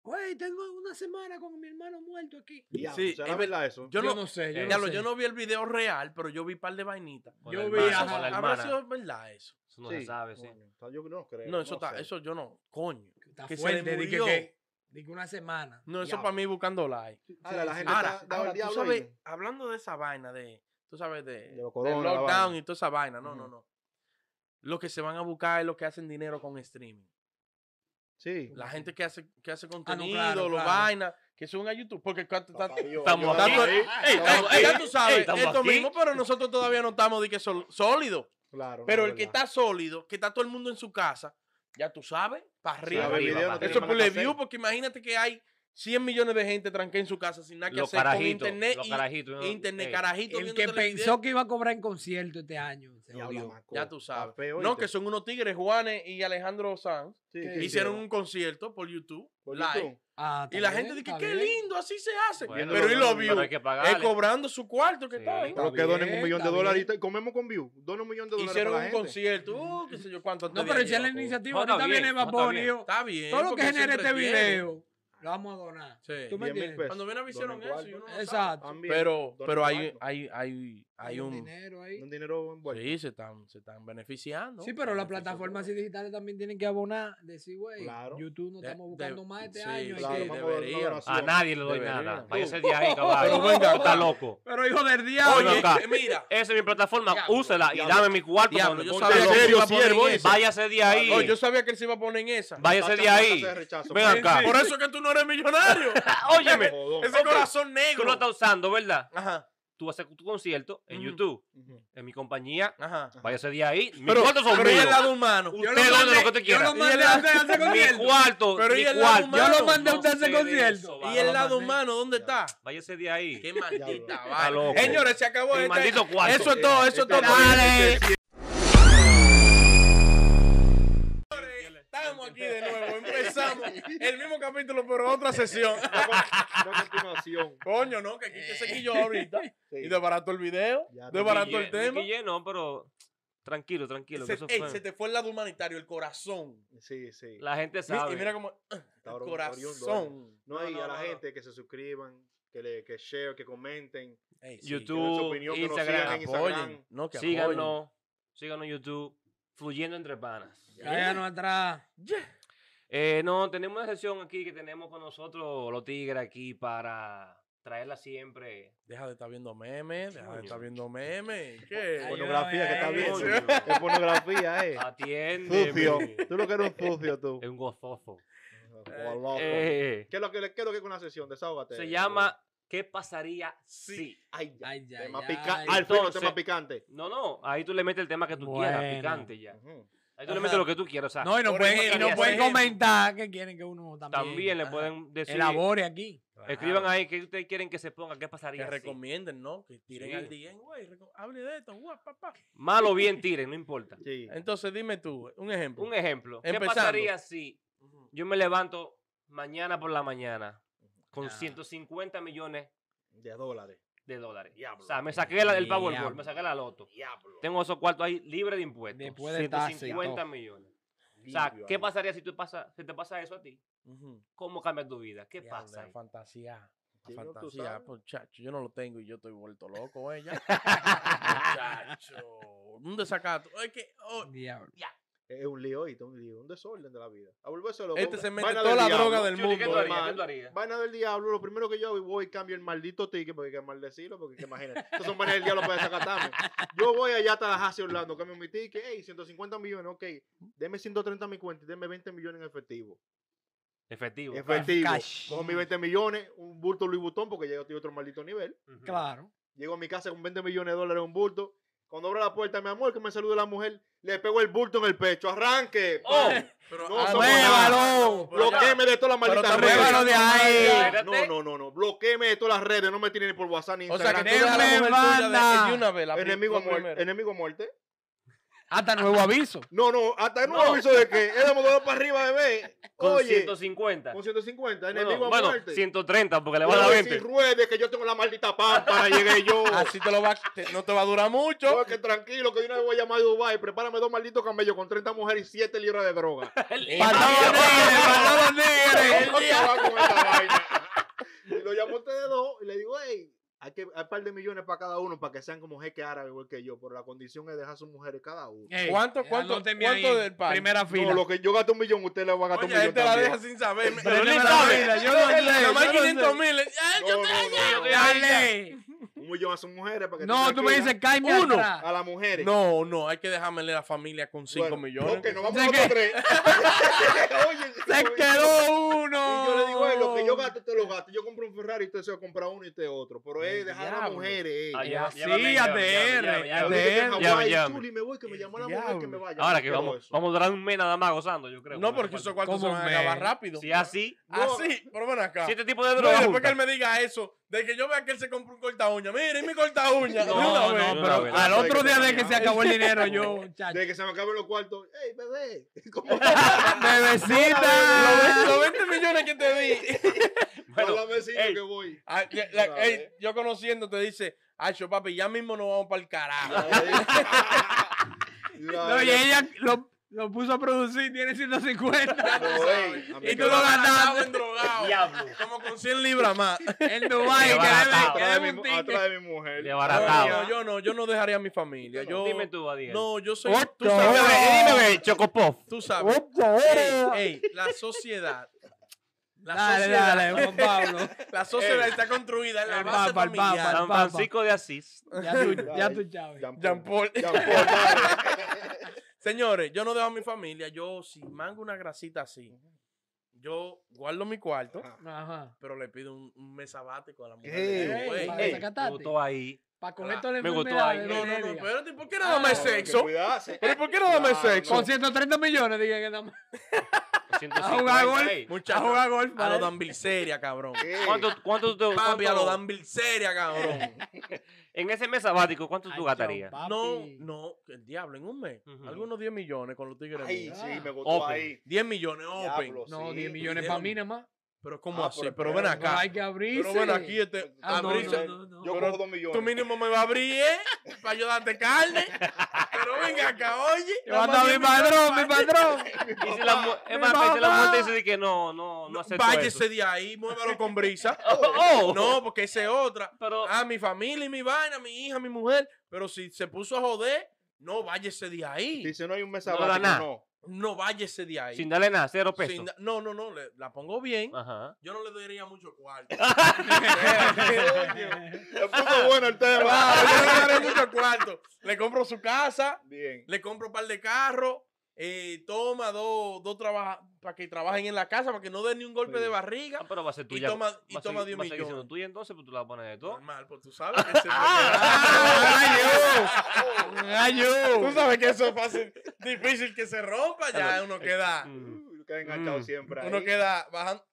S2: güey, tengo una semana con mi hermano muerto aquí.
S4: Diablo,
S1: Sí,
S4: ¿será
S1: es ver-
S4: verdad eso?
S1: Yo
S2: Yo,
S1: no,
S2: no sé, yo
S3: eh,
S2: no
S1: ya lo-
S2: sé.
S1: yo no vi el video real, pero yo vi un par de vainitas.
S3: Con
S2: yo
S3: la
S2: vi,
S3: hermana,
S2: ajá.
S3: con la
S1: Habrá
S3: hermana.
S1: sido verdad eso.
S3: Eso no se sabe, sí.
S4: coño. O sea, Eh, Yo no creo.
S1: No, eso
S4: no
S1: está,
S4: sé.
S1: eso yo no, coño.
S2: Está
S1: que se le
S2: fuerte, di que,
S1: murió.
S2: que- di que una semana.
S1: No, eso
S4: Diablo.
S1: para mí buscando like.
S4: Ahora,
S2: Sí,
S4: la
S2: sí.
S4: gente
S1: Ahora,
S4: está dado
S1: ahora
S4: el
S1: tú
S4: diablo.
S1: sabes,
S4: ahí.
S1: hablando de esa vaina de, tú sabes, de,
S4: De los
S1: del
S4: corona, la
S1: lockdown
S4: vaina.
S1: y toda esa vaina. No, no,
S4: Ujú.
S1: no. Lo que se van a buscar es los que hacen dinero con streaming.
S4: Sí.
S1: La gente que hace, que hace contenido,
S2: Ah, claro,
S1: los
S2: claro.
S1: vainas, que suben a YouTube. Porque cu- ta-
S4: Papá Dios,
S3: Estamos
S4: yo-
S1: aquí.
S4: ahí.
S3: Ey,
S1: Ey,
S3: estamos-
S1: ey,
S3: ey,
S1: ya tú sabes,
S3: ey, estamos
S1: esto
S3: aquí.
S1: mismo, pero nosotros todavía no estamos de que sol- sólido.
S4: Claro.
S1: Pero
S4: no,
S1: el que
S4: verdad.
S1: está sólido, que está todo el mundo en su casa, ya tú sabes, para
S4: Sí, a
S1: arriba.
S4: ver,
S3: arriba,
S4: video no
S3: papá.
S4: tiene
S1: Eso
S4: más
S1: por
S4: que
S1: el
S4: hacer.
S1: view, porque imagínate que hay 100 millones de gente tranqué en su casa sin nada que
S3: Los
S1: hacer con
S3: carajitos.
S1: internet
S3: Los
S1: y-
S3: carajitos. eh, ¿no?
S1: internet
S3: Ey,
S1: carajito
S2: El
S1: viendo
S2: que
S1: televisión.
S2: pensó que iba a cobrar en concierto este año. se
S4: Diablo,
S2: jodió.
S4: Maco,
S1: ya tú sabes.
S4: está feo,
S1: No,
S4: ¿oíste?
S1: que son unos tigres, Juanes y Alejandro Sanz.
S4: Sí,
S2: que
S4: sí, sí.
S1: Hicieron un concierto por YouTube,
S4: Por
S1: live.
S4: YouTube.
S2: Ah,
S1: Y
S2: está
S1: la
S2: bien,
S1: gente dice,
S2: está
S1: qué
S2: bien.
S1: lindo, así se hace.
S3: Bueno,
S1: pero y lo
S3: Pero
S1: vio.
S3: hay que pagarle.
S1: cobrando su cuarto que
S3: Sí.
S1: está ahí.
S2: Está
S4: Pero que donen
S2: bien,
S4: un millón de
S2: está
S4: dólares y
S2: bien.
S4: te- comemos con view. Donen un millón de dólares
S1: Hicieron
S4: para
S1: un
S4: la gente.
S1: concierto, uh, qué sé yo cuánto.
S2: No,
S1: antes de
S2: pero esa es la
S1: ayer, loco.
S2: iniciativa.
S3: No, está
S2: Ahorita
S3: bien,
S2: viene
S3: no,
S2: Bad
S3: está
S2: Bunny.
S3: bien.
S1: Está bien.
S2: Todo lo que
S1: porque eso
S2: genere este
S1: entretiene.
S2: video, lo vamos a donar.
S1: Sí.
S2: ¿Tú me
S4: 10.000
S2: entiendes?
S4: pesos.
S1: Cuando viene hicieron
S4: Donen
S1: eso, y uno no sabe.
S2: Exacto.
S4: También,
S1: Pero,
S4: donen
S1: pero hay,
S4: cuarto.
S1: hay, hay, hay un.
S2: dinero ahí.
S4: Un dinero envuelto.
S1: Sí, se están, se están beneficiando.
S2: Sí, pero las
S1: Beneficio
S2: plataformas así
S1: todo.
S2: digitales también tienen que abonar. Decir, güey,
S4: Claro.
S2: YouTube no
S1: De-
S2: estamos
S1: de-
S2: buscando más este
S1: sí,
S2: año. hay
S1: claro,
S2: que-
S1: vamos
S4: a ver,
S1: deberían.
S4: no, no, sí,
S3: A nadie le doy
S1: Debería.
S3: nada. Váyase de ahí, caballo.
S1: Pero venga,
S3: Tú estás loco.
S2: Pero hijo del diablo.
S3: Oye,
S1: Ven acá, mira.
S3: Esa es mi plataforma.
S1: Diablo,
S3: Úsela y
S4: diablo.
S3: dame mi cuarto.
S1: Diablo,
S3: cuando
S1: yo
S3: ponga
S1: sabía
S3: loco.
S1: que
S4: serio,
S1: iba a poner
S4: siervo
S1: en
S4: ese.
S1: esa.
S3: Váyase de ahí.
S1: Oh, yo sabía que él se iba a poner en esa.
S3: Váyase
S4: Tacha,
S3: de ahí. Ah,
S4: tacha de rechazo,
S3: Ven
S4: pa-
S3: acá.
S1: Por eso es que tú no eres millonario.
S3: Óyeme.
S4: Jodón.
S1: Ese
S3: Ok.
S1: corazón
S3: Tú lo
S1: negro.
S3: estás usando, ¿verdad?
S1: Ajá,
S3: Tú haces tu concierto en
S1: Mm.
S3: YouTube,
S4: Ujú.
S3: en mi compañía.
S1: ajá.
S3: Váyase de ahí. Mis
S1: Pero,
S3: cuartos son
S1: pero ¿y el
S3: míos.
S1: lado humano.
S3: Usted dónde lo que usted
S2: yo
S3: quiera.
S2: lo mandé
S1: Y el-
S2: a usted a ese
S3: Mi
S2: concierto.
S3: cuarto.
S1: Pero ¿y
S3: mi
S1: el lado
S3: cuarto.
S1: humano? Yo lo
S2: mandé a usted a ese
S3: se ve
S2: concierto.
S3: eso,
S2: Y
S1: ¿Y
S3: vale.
S1: el
S2: lo
S1: lado
S2: mandé.
S1: humano dónde está?
S3: Váyase de ahí.
S1: Qué
S4: Diablo.
S1: maldita
S3: Está
S1: vaina.
S3: loco.
S1: Señores, se acabó
S3: Mi
S1: esta-
S3: maldito cuarto. Este
S1: Eso
S4: Eh,
S1: es todo,
S4: este
S1: eso es todo.
S3: Dale.
S1: Estamos aquí de nuevo, empezamos el mismo capítulo, pero otra sesión.
S4: Una con- una continuación.
S1: Coño, ¿no? Que aquí que se quilló ahorita.
S3: Eh.
S4: Sí.
S1: Y desbarató el video,
S4: Ya,
S1: desbarató el
S3: Guille-
S1: tema.
S3: Guille no, pero tranquilo, tranquilo. que
S1: Se,
S3: eso
S1: ey,
S3: fue-
S1: se te fue el lado humanitario, el corazón.
S4: Sí, sí.
S3: La gente
S1: Mi-
S3: sabe.
S1: Y mira cómo.
S4: Está ori- oriundo, ¿eh?
S1: Corazón.
S4: No,
S3: No,
S4: y
S3: no,
S4: a la
S3: no, no.
S4: gente que se suscriban, que le que share, que comenten.
S1: Ey, sí,
S4: que den su
S3: eh. YouTube,
S4: opinión, que nos sigan
S3: Instagram.
S4: en
S1: que apoyen.
S4: Instagram.
S1: No, que apoyen.
S3: Síganos. Síganos en YouTube. Fluyendo entre panas.
S2: Cállanos atrás.
S1: Yeah.
S3: Eh, no, tenemos una sesión aquí que tenemos con nosotros, los tigres, aquí para traerla siempre.
S1: Deja de estar viendo memes, deja de
S3: Coño.
S1: estar viendo memes. ¿Qué?
S2: Ay,
S4: Pornografía que está
S2: Ayúdame
S4: bien.
S2: ahí,
S4: Es pornografía, eh.
S3: Atiende.
S4: Sucio. Tú lo que eres un sucio, tú.
S3: Es un gozoso.
S4: Goloso.
S3: Eh,
S4: ¿Qué es lo que qué es lo que con la sesión? Desahógate.
S3: se llama ¿Qué pasaría si?
S4: Ay, ya.
S2: Ay, ya,
S4: Tema
S2: ya,
S4: pica-
S2: ay.
S4: Al fin, un
S3: Entonces-
S4: tema picante.
S3: No, no, ahí tú le metes el tema que tú
S2: Bueno.
S3: quieras, picante ya.
S4: Ujú.
S3: Ahí tú
S1: Ajá.
S3: le metes lo que tú quieras, o sea,
S2: No, y no
S1: Por
S2: pueden, y
S1: ejemplo,
S2: no pueden
S1: por ejemplo.
S2: comentar que quieren que uno también,
S3: también le
S2: ajá,
S3: pueden decir,
S2: elabore aquí.
S3: escriban ahí qué ustedes quieren que se ponga, qué
S1: Que
S3: pasaría si.
S1: recomienden, ¿no? Que tiren
S3: Sí.
S1: al día, güey. reco- Hable de esto, guau, papá.
S3: Mal o bien tiren, no importa.
S4: Sí.
S1: Entonces, dime tú, un ejemplo.
S3: Un ejemplo, ¿qué
S1: Empezando.
S3: pasaría si
S1: Ujú.
S3: yo me levanto mañana por la mañana con
S2: Ah.
S3: 150 millones
S4: De dólares.
S3: de dólares?
S4: Diablo.
S3: O sea, me saqué la- el
S2: Diablo.
S3: Powerball, me saqué la loto.
S4: Diablo.
S3: Tengo esos cuartos ahí libres de impuestos.
S2: Después de tasa y
S3: 150
S2: todo.
S3: millones. O sea,
S4: Limpio
S3: ¿qué
S4: ahí.
S3: pasaría si, tú pasa, si te pasa eso a ti?
S1: Ujú.
S3: ¿Cómo cambia tu vida? ¿Qué
S1: Diablo,
S3: pasa?
S1: la
S3: ahí?
S1: Fantasía. la
S4: Sí, no, tú
S1: fantasía,
S4: sabes.
S1: pues, chacho, yo no lo tengo y yo estoy vuelto loco, ¿eh? ella. chacho, un desacato. Es que, oh,
S2: Diablo.
S4: Es un lío, y un lío, un desorden de la vida. A volverse loco.
S1: este se mete
S4: Vaina
S1: toda
S4: del
S1: la
S4: diablo.
S1: droga del
S3: Chuti, ¿Qué tú
S1: mundo.
S4: normal.
S3: harías? ¿Qué tú harías?
S4: Vaina del diablo, lo primero que yo hago y voy y cambio el maldito ticket, porque hay que maldecirlo, porque que imagínate. Estas son vainas del diablo para desacatarme. Yo voy allá hasta las Hace Orlando, cambio mi ticket, hey, 150 millones, ok. Deme 130 a mi cuenta y deme 20 millones en efectivo.
S3: Efectivo.
S4: Efectivo.
S2: Cash.
S4: Cojo mis 20 millones, un bulto Louis Vuitton, porque ya yo estoy a otro maldito nivel.
S3: Ujú.
S2: Claro.
S4: Llego a mi casa con 20 millones de dólares en un bulto. Cuando abro la puerta, mi amor, que me salude la mujer, le pego el bulto en el pecho. ¡Arranque!
S3: ¡Oh!
S4: ¡Pam!
S1: Pero,
S4: No,
S1: ah,
S4: somos
S2: ¡Muévalo!
S1: pero ya-
S4: Bloquéeme de todas las
S1: Pero
S4: malditas
S1: también-
S4: redes.
S2: Muévalo de ahí.
S4: No, no, no, no. Bloquéeme de todas las redes. No me tiene ni por WhatsApp ni
S1: O sea, que
S4: Instagram.
S1: tú dejas a la
S2: Déjame
S1: mujer
S2: en
S1: tuya de-
S2: banda.
S1: de una vez. La
S4: enemigo, a
S1: la
S4: muerte,
S1: primera.
S4: enemigo a muerte.
S2: Hasta nuevo aviso.
S4: No, no. Hasta no aviso de que éramos dos para arriba, bebé.
S3: Con
S4: Oye,
S3: 150.
S4: con 150.
S3: Bueno,
S4: Enemigo
S3: bueno,
S4: a muerte.
S3: 130 porque le
S4: Yo
S3: va a dar
S4: voy sin
S3: 20.
S4: ruedes que yo tengo la maldita pámpara. Llegué yo.
S1: Así te lo va, te- no te va a durar mucho.
S4: Yo, que tranquilo, que yo no me voy a llamar a Dubai. Prepárame dos malditos camellos con 30 mujeres y 7 libras de droga.
S2: Faltaban tigres, faltaban tigres.
S4: ¿Cómo te va con esta vaina? Y lo llamo a ustedes dos y le digo, hey, hay que hay un par de millones para cada uno para que sean como jeque árabe igual que yo, pero la condición es dejar a sus mujeres cada uno.
S2: Ey,
S1: ¿Cuánto- cuánto-
S2: anóteme
S1: cuánto
S2: ahí,
S1: del pan?
S2: Primera
S4: No,
S2: fila.
S4: lo que yo gasto un millón, usted le va a gastar un
S1: Oye, él
S4: millón
S1: te la
S4: también.
S1: deja sin saber.
S2: Pero él
S1: Pero
S2: no
S1: él
S2: sabe.
S1: sabe.
S2: Yo no sé,
S1: Nada más
S2: yo no sé.
S1: 500 mil. Ay,
S4: No,
S1: yo
S4: no,
S1: te-
S4: no, no.
S3: Dale.
S2: Dale.
S4: Un millón a sus mujeres. Para que Ah,
S2: No,
S4: estén
S2: tú me
S4: tranquilas.
S2: dices, cállame
S1: Uno.
S2: atrás.
S4: A las mujeres.
S1: No, no, hay que dejarme leer a la familia con 5
S4: Bueno,
S1: millones.
S4: Ok, nos vamos
S2: ¿De
S4: a
S2: qué?
S4: tres. Oye,
S2: Se
S4: oye.
S2: quedó uno.
S4: Y yo le digo, "Ey, lo que yo gasto, te lo gasto. Yo compro un Ferrari y usted se va a comprar uno y usted otro. Pero es
S1: El
S4: dejar a las
S1: diablo.
S4: mujeres. ey.
S3: Ah, ya,
S2: Sí,
S3: llévame,
S2: ADR,
S3: llévame,
S4: Yo
S3: llévame, llévame.
S4: me quedé en
S1: ADR.
S4: Hawái,
S3: Llame, llame.
S4: chuli, me voy, que me llamó la
S1: El
S4: mujer que
S1: diablo.
S4: me vaya.
S3: Ahora
S4: Yo
S3: que
S4: quiero
S3: vamos,
S4: eso.
S3: vamos a durar un mes nada más gozando, yo creo.
S1: No, porque esos
S3: eso
S1: cuartos se
S2: ¿Cómo
S1: van a
S2: me?
S1: acabar rápido.
S3: Si así,
S1: Así, pero ven acá.
S3: siete tipos de
S1: No, y
S3: drogas.
S1: después que
S3: juntas.
S1: él me diga eso, de que yo vea que él se compró un corta uña. Mire, mi corta uña. de
S3: No,
S1: una
S3: no,
S1: vez.
S3: no,
S2: pero
S3: no, no,
S2: al
S4: no,
S2: otro
S4: no,
S2: día
S4: no,
S2: de
S4: no,
S2: que
S4: no.
S2: se acabó el dinero, yo, muchacho.
S4: Desde que se me acaben los cuartos. ¡Ey, bebé! ¿Cómo
S1: Los-
S2: Bebecita.
S1: Los 20 millones que te di.
S3: Bueno,
S4: la vecina
S3: ey.
S4: que voy?
S1: Ah, ya- la-
S4: No,
S1: ey,
S4: eh.
S1: yo conociendo te dice, ay, yo, papi, ya mismo nos vamos para el carajo.
S2: No, y ella lo, lo puso a producir, tiene 150.
S1: Y tú
S2: que
S1: lo
S2: va.
S1: ganaste en drogado.
S3: Diablo.
S1: Como con 100 libras más.
S2: En Dubái, que debe,
S3: Desbaratado.
S2: que debe un ticket.
S4: Atrás de mi mujer.
S3: Le
S1: No,
S3: abaratado.
S1: no, yo no, yo no dejaría a mi familia. Yo,
S3: dime tú, Adiel.
S1: no, yo soy.
S2: Otro.
S1: Tú sabes,
S3: Dime, dime, Chocopof.
S1: tú sabes.
S4: eh.
S1: Ey, ey, la sociedad. La
S2: Dale,
S1: sociedad.
S2: dale, Juan Pablo.
S1: La sociedad está construida en la
S2: El
S1: base
S2: Papa, el Papa.
S1: familiar.
S3: San
S2: Papa.
S3: Francisco de Asís.
S2: Ya tú, ya tú, Chávez.
S4: Jean
S1: Jean Paul.
S4: Paul. Jean Paul, dale.
S1: Señores, yo no dejo a mi familia. Yo, si mango una grasita así, yo guardo mi cuarto,
S2: Ajá.
S1: pero le pido un, un mes sabático a la mujer.
S4: Ey,
S1: Le digo,
S2: ey,
S1: "Ey,
S2: para
S1: ey,
S2: sacar- Sacataste.
S3: Gustó ahí.
S2: Para
S1: coger toda
S2: coger toda
S3: la Me gustó enfermedad ahí. de
S1: No, no, no, espérate, ¿por qué no
S2: Ah,
S1: dame
S2: no,
S1: sexo?
S4: Cuidarse.
S1: ¿Pero por qué no dame
S4: Claro,
S1: sexo?
S2: Con 130 millones, dije que nada más.
S3: 150,
S2: A jugar golf.
S3: ey.
S1: Muchachos,
S2: a jugar golf,
S1: a
S2: vale.
S1: lo dan Bilseria, cabrón.
S4: Ey,
S3: ¿Cuánto, cuánto, tú-
S1: Papi, a lo
S3: cuánto-
S1: dan Bilseria, cabrón.
S3: En ese mes sabático, ¿cuánto
S2: Ay,
S3: tú
S2: chao,
S3: gastarías?
S2: papi.
S1: No, no, el diablo, en un mes.
S3: Ujú.
S1: Algunos 10 millones con los tigres.
S4: Ay,
S1: míos.
S4: sí, me gustó
S3: Open.
S4: ahí.
S1: 10 millones, open.
S4: Diablo,
S2: No,
S4: sí.
S2: 10 millones
S1: sí,
S2: para
S1: sí.
S2: mí nada más.
S1: Pero ¿cómo
S4: Ah,
S1: así?
S4: pero
S1: Pero
S4: espérate,
S1: ven
S4: no
S1: acá.
S2: hay que abrirse.
S1: Pero ven aquí, este,
S2: Ah, no,
S1: abrirse.
S2: no, no, no.
S4: Yo
S1: Pero
S4: cojo dos millones.
S1: Tú mínimo me vas a abrir, ¿eh? Para yo darte carne. Pero venga acá, oye.
S2: Yo ando a mi padrón, mi padrón.
S3: Y si la, mu- es más,
S2: mi
S3: y si la
S2: mamá.
S3: mujer te dice de que no, no, no acepto eso.
S1: Váyese de ahí, muévalo con brisa.
S3: Oh, oh.
S1: No, porque esa es otra.
S3: Pero,
S1: Ah, mi familia y mi vaina, mi hija, mi mujer. Pero si se puso a joder, no váyese de ahí.
S4: Dice, no hay un mes
S3: No da
S4: sabático,
S3: nada.
S4: no.
S1: No váyese de ahí.
S3: sin Ah. darle nada, cero pesos.
S1: Sin da- no, no, no, le- la pongo bien.
S3: Ajá.
S1: Yo no le daría mucho cuarto.
S4: Se puso bueno el tema.
S3: Ah,
S1: Claro, yo no le daré mucho cuarto. Le compro su casa,
S4: Bien.
S1: le compro un par de carros, eh, toma dos dos trabaja- para que trabajen en la casa, para que no den ni un golpe
S4: Sí.
S1: de
S3: Ah,
S1: barriga.
S3: pero va a ser
S1: Y
S3: tuya. pues.
S1: toma, y
S3: va a
S1: toma
S3: seguir-
S1: 10
S3: va a seguir siendo
S1: millones.
S3: tuya entonces, pues tú la pones de todo.
S1: Normal, pues tú sabes que se me
S2: Gallo.
S1: Tú sabes que eso es fácil, difícil que se rompa, ya
S3: Claro.
S1: uno queda,
S3: Mm.
S4: Uh, Queda enganchado
S3: Mm.
S4: siempre ahí.
S1: uno queda bajando.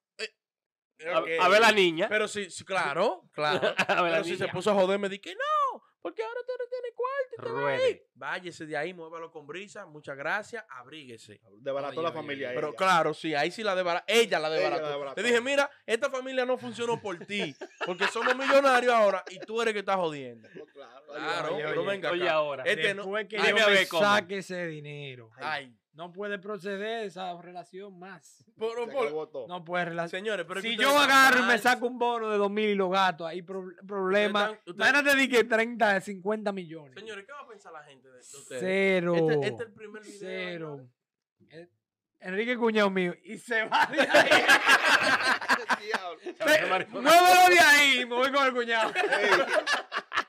S1: eh,
S3: A,
S1: ok.
S3: a ver la niña.
S1: Pero sí, sí, claro, claro.
S3: a ver la
S1: Pero si
S3: niña.
S1: se puso a joder, me di que no, porque ahora tú no tienes cuarto.
S3: Ruede.
S1: Váyese de ahí, muévalo con brisa, muchas gracias, abríguese.
S4: Desbarató
S2: Oye,
S4: la
S2: oye,
S4: familia.
S2: oye.
S1: Pero
S4: ella.
S1: claro, sí, ahí sí la debarató. Ella la
S4: Ella la
S1: debarató.
S4: desbarató.
S1: Te dije, mira, esta familia no funcionó por ti, porque somos millonarios ahora y tú eres que estás jodiendo.
S4: No, Claro.
S1: Claro,
S2: oye,
S1: pero
S2: oye.
S1: venga
S3: Oye,
S1: acá.
S3: ahora.
S1: Este no.
S2: Después que
S1: Dime
S2: yo
S1: a
S2: me
S1: ver cómo.
S2: saque ese dinero,
S1: Ay,
S2: no puede proceder esa relación más.
S1: pero
S4: Se
S1: por-
S4: acabó todo.
S2: No puede relación.
S1: Señores, pero es que
S2: Si
S1: ustedes
S2: yo
S1: están
S2: agarro y me
S1: mal.
S2: saco un bono de 2.000 y lo gato, ahí pro- problema.
S1: Ustedes están- ustedes-
S2: Imagínate di que 30, 50 millones.
S1: Señores, ¿qué va a pensar la gente de, de ustedes?
S2: Cero.
S1: Este, este es el primer video. señores.
S2: Cero. Eh, Enrique Cuñado mío. Y se va de ahí.
S4: Diablo.
S2: Ve, Muévelo de ahí. Me voy con el cuñado.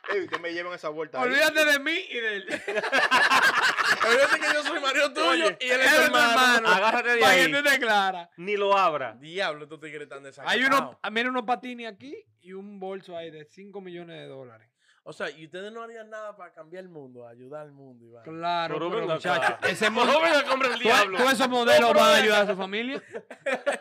S4: Ey, ey, ustedes me llevan esa vuelta. ahí.
S2: Olvídate de mí y de él.
S1: Olvídate que yo soy marido tuyo
S2: Oye,
S1: y él
S2: él
S1: es tu hermano. Ah,
S3: Agárrate de
S2: Para que
S3: ahí.
S2: tú te clara.
S3: Ni lo abra.
S1: Diablo, estos tigres están
S2: Hay
S1: desagradables.
S2: unos, ah, mira unos patines aquí y un bolso ahí de 5 millones de dólares.
S1: O sea, y ustedes no harían nada para cambiar el mundo, ayudar al mundo, Iván.
S2: Claro,
S3: Pero
S2: pero
S3: ven acá.
S2: muchacho. Ese
S3: No
S2: mon-
S3: venga a comprar el
S2: ¿Tú-
S3: diablo.
S2: ¿Tú esos modelos van a ayudar a su familia?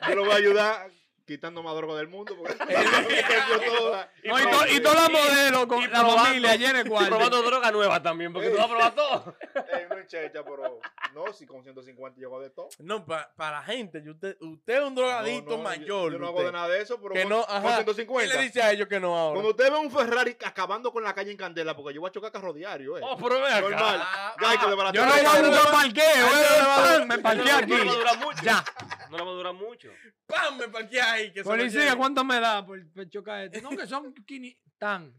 S4: Yo lo voy a ayudar quitando más droga del mundo. Porque yo toda.
S3: Y
S2: No, y,
S3: proba-
S2: to- y todas las
S3: y-
S2: modelos
S3: y
S2: con la
S3: probando-
S2: familia llena de
S3: y probando
S2: cuarto.
S3: droga nueva también, porque tú vas a probar todo.
S4: Ey, no enchecha, pero. No, si con 150 yo hago de todo.
S1: No, para la gente, yo- usted, usted es un drogadicto
S4: No, no,
S1: mayor.
S4: Yo, yo no hago
S1: usted.
S4: de nada de eso, pero.
S1: Que
S4: con-
S1: no,
S4: Con
S1: ajá. ¿Qué
S4: 150.
S1: le dice a ellos que no ahora?
S4: Cuando usted ve un Ferrari acabando con la calle en candela, porque yo voy a chocar carro diario, eh.
S3: Oh, pero ven acá.
S4: Normal.
S1: Ah,
S4: Gaico
S1: ah,
S4: de barato.
S2: Yo no voy a buscar parqueo.
S1: Ay,
S2: eh,
S1: no,
S2: pan,
S1: no,
S2: Me
S3: No,
S2: parqueé
S3: no, No le va a
S2: aquí.
S3: durar mucho.
S2: Ya.
S3: No le va a durar mucho.
S1: ¡Pam! ah, Me parqué ahí. Que se lo
S2: Policía,
S1: lleve.
S2: ¿cuánto me da por, por chocar esto? No, que son 500. Tan.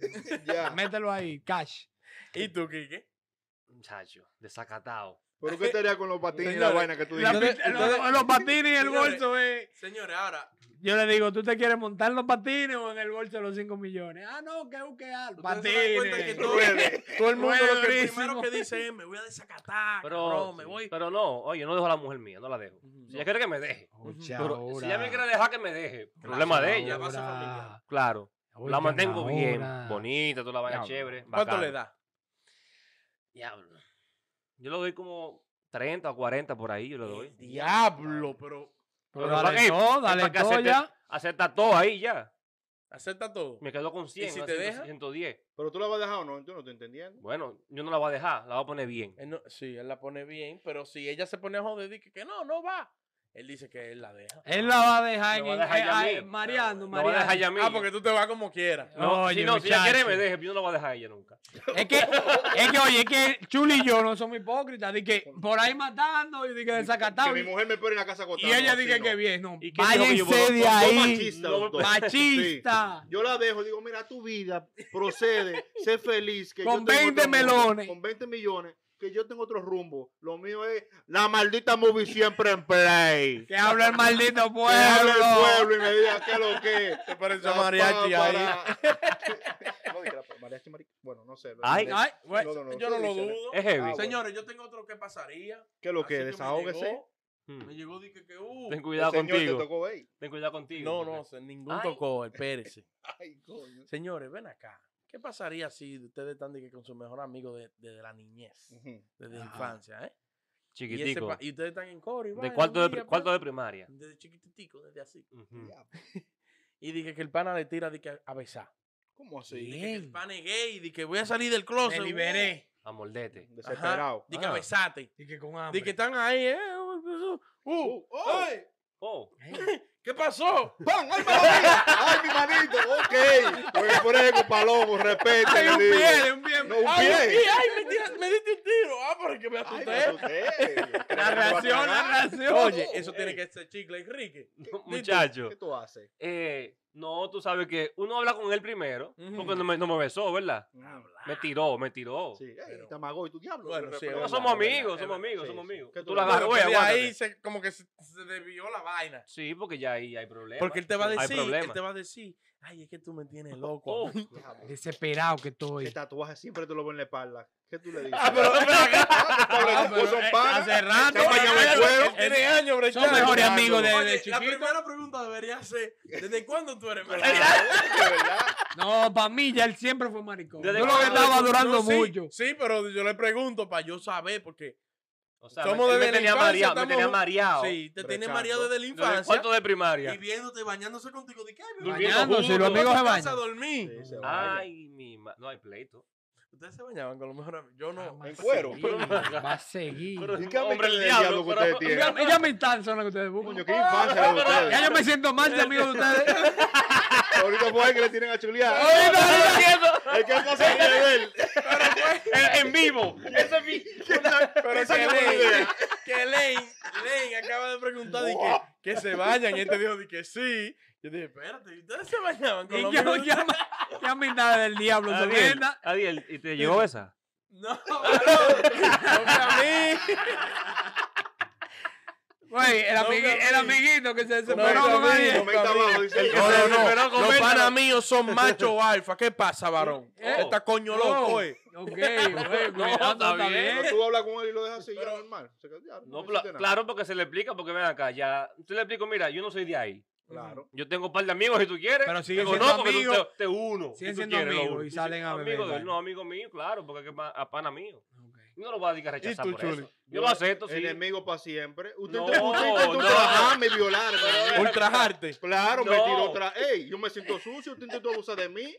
S4: Ya.
S2: Mételo ahí, cash.
S1: ¿Y tú, Kike?
S3: muchacho, desacatado.
S4: ¿Pero qué te haría con los patines y la
S1: Señores,
S4: vaina que tú
S2: La
S4: dijiste?
S1: Ustedes-
S2: pit- lo-
S1: ustedes-
S2: los patines y el
S1: Señores.
S2: bolso, eh.
S1: Señores, ahora,
S2: Yo le digo, ¿tú te quieres montar en los patines o en el bolso de los 5 millones? Ah, no, que busque algo.
S1: ustedes se dan cuenta que
S2: Patines.
S1: todo, todo el mundo lo que primero que dice es, me voy a desacatar,
S3: Pero,
S1: cabrón, me voy.
S3: pero no, oye, no dejo a la mujer mía, no la dejo. Si ella quiere que me deje.
S2: Oye,
S3: Pero
S2: ahora.
S3: si ella me quiere dejar, que me deje. Problema de ella.
S1: ahora. va a ser
S2: Ahora.
S1: familiar.
S3: Claro.
S2: Oye,
S3: la mantengo
S2: ahora.
S3: bien, bonita, toda la vaina
S2: Diablo.
S3: chévere.
S1: ¿Cuánto
S3: bacano. ¿eh?
S1: le da?
S3: Diablo. Yo le doy como 30 o 40 por ahí, yo le
S2: Eh,
S3: doy.
S1: Eh, Diablo, pero
S2: Pero
S3: Pero
S2: dale
S3: pa' qué,
S2: todo,
S3: es
S2: dale
S3: pa' que
S2: todo
S3: acepte-
S2: ya.
S3: Acepta todo ahí ya.
S1: acepta todo.
S3: Me quedo con 100.
S1: si
S3: ¿no?
S1: te
S3: 100,
S1: deja?
S3: 110.
S4: Pero tú la vas a dejar o no, yo no te entendiendo.
S3: Bueno, yo no la voy a dejar, la voy a poner bien.
S1: Él Eh, no- sí, él la pone bien, pero si ella se pone a joder, dice que no, no va. Él dice que él la deja.
S2: Él la va a dejar
S3: Me
S2: en.
S3: va a dejar ya a
S2: eh,
S3: mí.
S2: Mariano,
S1: No,
S3: No voy a dejar
S2: Mariano.
S3: ella a mí.
S1: Ah, porque tú te vas como quieras.
S3: No,
S2: Oye,
S3: si no, si ella quiere me
S2: muchacho.
S3: deje, pero yo no la voy a dejar a ella nunca.
S2: Es que, es que, oye, es que Chuli y yo no somos hipócritas. De que por ahí matando y de que desacatado.
S4: Que mi
S2: Y,
S4: mujer me espera en la casa
S2: y
S4: acostada.
S2: ella
S4: no, así
S2: dice que
S4: no.
S2: bien. No,
S3: ¿Y qué dijo que yo
S2: váyanse
S3: voy
S2: de
S3: a-
S4: Son
S2: ahí.
S4: machistas
S3: No,
S4: los dos.
S2: Machista.
S4: Yo la dejo, digo, mira tu vida, procede, sé feliz. Que
S2: Con
S4: yo tengo
S2: 20
S4: otro rumbo,
S2: melones.
S4: con 20 millones, que yo tengo otro rumbo. Lo mío es la maldita movie siempre en play.
S2: Que habla el maldito
S4: Que hable
S2: pueblo.
S4: el pueblo y me diga qué es lo que es.
S1: Te parece
S4: La
S1: mariachi ahí.
S4: pámpara. No, dije la pa- mariachi, mariachi. Bueno, no sé.
S3: Ay,
S4: No,
S2: Ay, bueno,
S4: no, no,
S1: Yo no
S4: usted
S1: lo
S4: dice,
S1: dudo.
S3: Es heavy.
S4: Ah, bueno.
S1: Señores, yo tengo otro que pasaría.
S4: ¿Qué es lo
S1: Así
S4: que es?
S1: me
S4: Desahógese.
S1: llegó, Me
S3: Hmm.
S1: llegó, dije que, uh.
S3: Ten cuidado
S4: El señor te
S3: contigo.
S4: tocó, ey.
S3: Ten cuidado contigo.
S1: No,
S3: porque-
S1: no, se- ningún
S3: Ay.
S1: tocó, espérese.
S4: Ay, coño.
S1: Señores, ven acá. ¿Qué pasaría si ustedes están de que con su mejor amigo de- desde la niñez,
S4: Ujú.
S1: desde la
S2: Ajá.
S1: infancia, eh? Y, ese
S3: Chiquitico.
S1: pa- y ustedes están en coro y
S3: De
S1: vaina,
S3: cuarto de,
S1: mira,
S3: pri- cuarto
S1: pa-
S3: de primaria.
S1: Desde chiquitico, desde así.
S3: Ujú.
S1: Y dije que el pana le tira de que a- a besar.
S4: ¿Cómo
S1: Dije
S4: así?
S1: que
S2: Bien.
S1: el pana es gay, de que voy a salir del closet.
S2: me liberé.
S3: A mordete.
S4: Desesperado.
S1: Dije
S3: Ah.
S1: a besate.
S2: Y que con
S1: Dije que
S2: hambre.
S1: están ahí, eh. uh, uh,
S4: Uh, oh.
S1: ey,
S3: Oh.
S1: ¿Qué pasó?
S4: ¡Pam! ¡Ay, manito! ¡Ay, mi manito! Ok. Pues Porque por eso, palomo, respete.
S2: Hay
S4: le
S2: un
S4: digo.
S2: pie, hay un pie.
S4: No, un
S1: Ay,
S4: pie.
S1: sí, ay, me, tira- me diste un tiro. Ah, porque me
S4: Ay,
S1: asusté.
S4: me asusté.
S2: La reacción, la reacción.
S1: Oye,
S4: Oh,
S1: eso tiene
S4: ey.
S1: que ser chicle, Enrique.
S3: Muchacho.
S4: ¿Qué tú haces?
S3: Eh, no, tú sabes que uno habla con él primero.
S1: Ujú. Ah,
S3: Porque no me, no me besó, ¿verdad? Me tiró, me tiró.
S4: Mm. Sí, ey,
S1: Pero-
S4: Tamagoy, tu diablo.
S1: Bueno, sí,
S3: No,
S1: es
S3: somos
S1: verdad,
S3: amigos,
S1: es
S3: somos
S1: verdad.
S3: amigos,
S4: Sí,
S3: somos
S4: sí.
S3: amigos.
S4: Que tú
S3: Tú
S4: la
S3: la
S1: Bueno,
S3: agarras,
S1: pero
S3: güey,
S1: de ahí
S3: aguántate.
S1: se, como que se, se desvió la vaina.
S3: Sí, porque ya ahí hay problemas.
S1: Porque él te va a
S3: Hay
S1: decir, él
S3: problemas.
S1: te va a decir, ay, es que tú me tienes loco.
S3: Oh,
S4: Diablo.
S2: Desesperado que
S4: El
S2: estoy.
S4: tatuaje siempre te lo pone en la espalda. ¿Qué tú le dices?
S1: Ah, pero, pero acá-
S4: Ah, pero son
S2: eh,
S4: panas.
S2: hace rato.
S4: Son pañales de cuero.
S1: Él tiene años, brechando.
S2: Son mejores
S4: Claro.
S2: amigos desde
S1: Oye, la
S2: chiquito.
S1: primera pregunta debería ser, ¿desde cuándo tú eres
S4: Claro,
S1: marico?
S4: de verdad.
S2: No, para mí ya él siempre fue maricón. Yo
S3: Desde
S2: lo
S3: cuando-
S2: que estaba
S1: No,
S2: durando
S1: sí,
S2: mucho.
S1: Sí, pero yo le pregunto para yo saber, porque
S3: o sea,
S1: somos
S3: me, él
S1: desde
S3: me
S1: la
S3: tenía
S1: infancia,
S3: mareado, me
S1: estamos
S3: tenía
S1: ju-
S3: mareado.
S1: sí, te tiene
S4: brechando.
S1: mareado desde la
S3: Desde el
S1: infancia.
S3: cuarto de primaria.
S1: Y viéndote, bañándose contigo, ¿de qué?
S3: Durmiendo
S2: Bañándose,
S3: juntos.
S2: los amigos- se
S1: vas a
S2: bañan.
S1: dormir.
S4: Sí, se baña.
S3: Ay, mi ma- No hay pleito.
S1: Ustedes se bañaban con lo mejor. am- Yo no.
S2: Jamás
S4: en cuero.
S2: seguí, Va a seguir.
S3: Pero-
S4: ¿Y qué amistad
S3: Hombre, el
S4: del
S3: diablo,
S4: diablo que
S3: pero-
S4: ustedes tienen?
S2: Ella amistad son las que ustedes
S4: Coño,
S2: buscan.
S4: qué infancia la de ustedes.
S2: Ya yo me siento mal de amigo de ustedes.
S4: Ahorita fue el que le tienen a chulear. El que no se quiere ver.
S3: En en vivo. Ese vi-
S1: Pero
S4: Esa
S1: que
S4: es la
S1: Lane,
S4: idea.
S1: que Lane, Lane acaba de preguntar de que, que se bañan. Y él te dijo de que sí. Yo dije, espérate, ¿y ustedes se bañaban con lo
S2: Y yo,
S1: mejor.
S2: ya, ya amistad del diablo. son
S3: Adiel,
S2: lindas.
S3: Adiel, ¿y te llegó esa?
S1: No, no, a mí.
S2: Güey, el,
S1: No,
S2: amigui-
S1: que a
S2: el
S1: mí.
S2: amiguito que se desesperó
S1: No, que a
S2: con
S1: mí.
S2: alguien.
S4: Comenta abajo, dice.
S3: El que
S1: No,
S3: se
S1: no,
S3: desesperó,
S1: no. Los
S3: coméntalo.
S1: panas míos son macho alfa. ¿Qué pasa, varón?
S2: Eh,
S1: Está coño
S2: no.
S1: loco, eh.
S2: Ok, güey,
S3: No,
S2: cuidado,
S3: está
S2: está
S3: bien.
S2: bien.
S4: Cuando tú hablas con él y lo dejas así, ya
S1: Pero-
S4: normal. Se queda, ya,
S3: No,
S4: me
S3: pla-
S4: hiciste nada.
S3: claro, porque se le explica, porque ven acá, ya. Tú le explico, mira, yo no soy de ahí.
S4: Claro.
S3: Yo tengo un par de amigos si tú quieres.
S2: Pero siguen
S3: Digo,
S2: siendo
S3: no, porque tú
S2: amigos.
S3: te, te uno.
S2: Siguen
S3: si tú
S2: siendo
S3: quieres, lo
S2: amigos
S3: uno.
S2: y
S3: Sí,
S2: salen a beber,
S3: Amigos de
S2: vale.
S3: él, no, amigos míos, claro, porque es que pa- a pana mío.
S2: Ok.
S3: No lo voy a decir que rechazar
S1: tú,
S3: por
S1: Chuli?
S3: eso. Yo lo acepto, sí.
S4: Enemigo para siempre. Usted
S3: No,
S4: intentó usted intentó
S3: no.
S4: ultrajarme, violarme.
S1: Ultrajarte.
S4: Claro, me
S3: No.
S4: tiró otra. Ey, yo me siento sucio, usted intentó abusar de mí.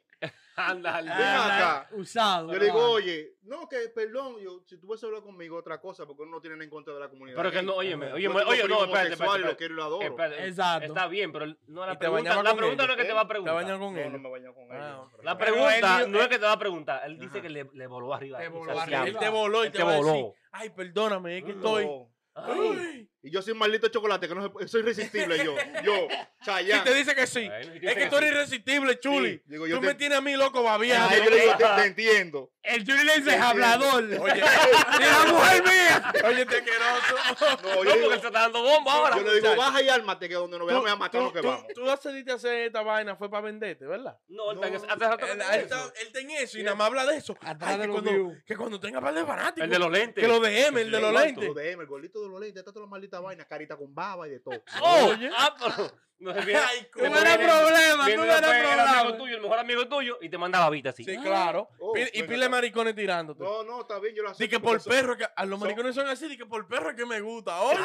S3: Anda, anda.
S2: Ah,
S4: acá.
S2: Usado.
S4: Yo le digo,
S2: ¿verdad?
S4: oye, no, que perdón, yo, si tú vas a hablar conmigo otra cosa, porque uno no tiene nada en contra de la comunidad.
S3: Pero que
S4: gay.
S3: no, óyeme,
S4: Yo
S3: óyeme,
S4: tengo
S3: oye,
S4: primo
S3: no, espérate, espérate,
S4: homosexual y lo
S3: espérate.
S4: quiero y lo adoro.
S3: Espérate,
S2: Exacto.
S3: Está bien, pero no
S1: Y
S3: la
S1: te
S3: pregunta,
S1: bañaba
S3: la
S1: con
S3: pregunta no
S1: ellos,
S3: es que te
S4: ¿eh?
S3: va a
S1: Te
S3: preguntar.
S1: bañan con
S4: No, no
S1: él.
S4: me baño con
S1: Ah,
S4: ellos.
S1: ok.
S3: La
S1: Pero
S3: pregunta
S1: él-
S3: no es que te va a preguntar. Él dice
S4: Ajá.
S3: que le, le voló arriba.
S2: Te voló
S1: Porque
S2: arriba.
S1: Él te voló y
S3: Él
S1: te,
S3: te
S1: va a decir,
S3: voló.
S1: ay, perdóname, es que
S4: No.
S1: estoy.
S3: Ay,
S1: Ay,
S4: Y yo soy un maldito chocolate, que no se- soy irresistible yo. Yo,
S1: Si te
S4: Chayanne.
S1: dice que sí.
S3: Bueno, si tú
S1: Es que
S3: dices
S1: tú eres
S3: sí.
S1: irresistible, Chuli.
S4: Sí, digo, yo
S1: Tú
S4: te-
S1: me tienes a mí loco babiado.
S4: Ah, yo le digo, te, te entiendo.
S2: El Juli le dice
S4: Sí, sí.
S2: hablador.
S1: Oye,
S2: Y la mujer mía.
S1: oye, te asqueroso.
S4: No,
S3: No,
S4: yo,
S3: porque
S4: digo,
S3: se está dando bomba ahora.
S4: yo le digo,
S3: muchacho.
S4: baja y álmate, que donde nos veamos me va a matar lo que
S1: tú,
S4: vamos.
S1: tú accediste a hacer esta vaina, fue para venderte, ¿verdad?
S3: No, él está en
S4: No,
S3: ese- hace rato que
S1: Él,
S3: está en
S1: él está-
S3: eso.
S1: él está en eso y nada más habla de eso.
S2: Atrás de
S1: que,
S2: los
S1: cuando,
S2: views.
S1: que cuando tenga par de fanáticos.
S3: El de los lentes.
S1: Que lo DM, el de los
S4: Gordo,
S1: lentes.
S4: lo de M, el gordito de los lentes, está toda la maldita vaina, carita con baba y de todo.
S3: ¡Oh!
S1: Oye.
S3: Ah, pero. No se fija.
S1: Ay,
S2: Tú
S1: coño.
S2: eres problema, tú
S3: Viene
S2: eres
S3: después el amigo
S2: problema.
S3: tuyo, el mejor amigo tuyo, y te manda la vita así.
S1: Sí, claro.
S4: Oh,
S1: Pi- y
S4: bueno,
S1: pile
S4: está.
S1: maricones tirándote.
S4: No, no, está bien, yo lo acepto.
S1: Di que por
S4: porque
S1: perro, que a los
S4: son-
S1: maricones son así, di que por perro es que me gusta. Oye,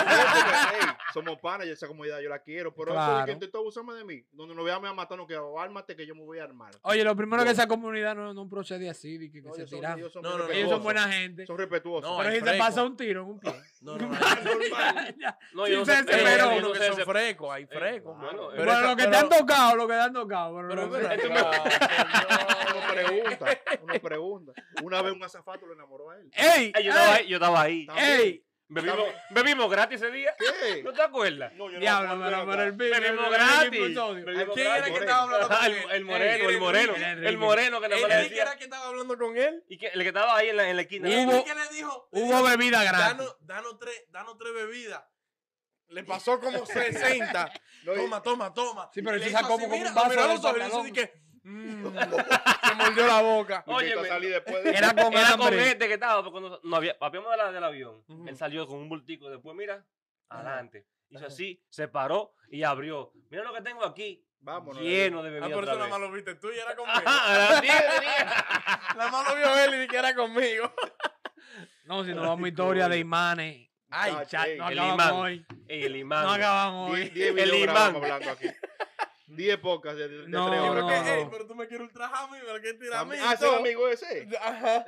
S4: Ey, somos panas, y esa comunidad yo la quiero, pero eso de
S2: Claro.
S4: que intentó abusarme de mí, donde nos veamos me va a matar, no que ármate que yo me voy a armar.
S2: Oye, lo primero que esa comunidad no, no procede así, de que, que
S4: No,
S2: se
S4: ellos son-
S2: tiran.
S4: ellos son
S1: No, no, no,
S4: muy
S2: Ellos son
S4: respetuosos,
S2: buena gente.
S4: Son respetuosos.
S1: No,
S2: pero
S1: hay
S2: si te
S1: fresco.
S2: pasa un tiro en un pie.
S1: No, no, no.
S4: normal.
S2: Ya.
S3: No, yo no
S2: Sí,
S3: sé.
S2: se- se- pero-
S1: Hay unos que son
S3: se-
S1: frecos, hay frecos.
S3: claro,
S1: mano.
S3: eh.
S1: Pero
S2: bueno,
S1: esa-
S2: lo que
S1: pero-
S2: te han tocado, lo que te han tocado. Pero,
S1: Pero
S2: lo-
S1: ven acá,
S4: Uno
S1: señor.
S4: pregunta, uno pregunta. Una vez un azafato lo enamoró a él.
S2: ¡Ey!
S3: Ay, yo, estaba
S2: ey,
S3: ahí, yo estaba ahí.
S4: También.
S2: ¡Ey!
S3: Bebimos, bebimos gratis ese día.
S4: ¿Qué?
S3: ¿No te acuerdas?
S4: No, yo
S2: Diablo,
S4: no
S2: pero
S4: acuerdo
S2: por el
S4: nada.
S2: pibe,
S3: Bebimos
S2: el
S3: gratis.
S2: mismo episodio.
S3: Bebimos
S1: ¿Quién era
S3: gratis.
S1: que estaba hablando con
S3: Ah,
S1: él?
S3: el, el moreno, el moreno.
S2: Enrique, Enrique.
S3: El moreno que nada más le
S1: ¿Él que
S3: decía.
S1: era que estaba hablando con él?
S3: Y que, el que estaba ahí en la, en la esquina.
S1: ¿Y
S2: Hubo-
S1: qué le dijo? Le
S2: Hubo
S1: dijo,
S2: bebida gratis.
S1: danos, danos tres, danos tres bebidas. Le pasó como 60.
S4: No, y-
S1: Toma, toma, toma.
S2: Sí, pero
S1: Le
S2: él se
S1: hizo
S2: sacó
S1: así,
S2: como un
S1: mira,
S2: vaso
S1: lo miró a
S2: del
S1: los ojos y le hizo
S2: pantalón.
S1: así que, mm, se mordió la boca.
S4: y intentó
S3: Óyeme.
S4: salir después de-
S2: Era con
S3: Era con
S2: hambre.
S3: este que estaba. porque cuando nos había, papiamos de la- del avión.
S1: Ujú.
S3: Él salió con un bultico. Después, mira,
S1: Ajá.
S3: adelante. Hizo
S1: Ajá.
S3: así, se paró y abrió. Mira lo que tengo aquí.
S4: Vámonos.
S3: lleno de
S1: Ah,
S3: bebida.
S1: por eso
S3: otra
S1: nada
S3: vez.
S1: más lo viste tú y era conmigo.
S3: Ajá, a la tía tenía.
S1: Nada más lo vio él y ni que era conmigo.
S2: No, si nos vamos a historia de imanes.
S4: Ah,
S2: Ay, chat,
S4: ey,
S2: no
S3: el
S2: acabamos
S3: imán.
S2: hoy.
S3: El imán.
S2: No eh, acabamos
S4: Die-
S2: hoy.
S4: diez
S3: El
S4: videogramas
S3: imán.
S4: hablando aquí. 10 pocas de, de
S2: No,
S4: tres horas.
S1: Porque,
S2: no,
S1: "Ey,
S2: no.
S1: pero tú me quieres ultrajar a mí, me quieres tirar a mí. y
S4: Ah, ese es
S1: todo".
S4: el amigo ese.
S1: Ajá.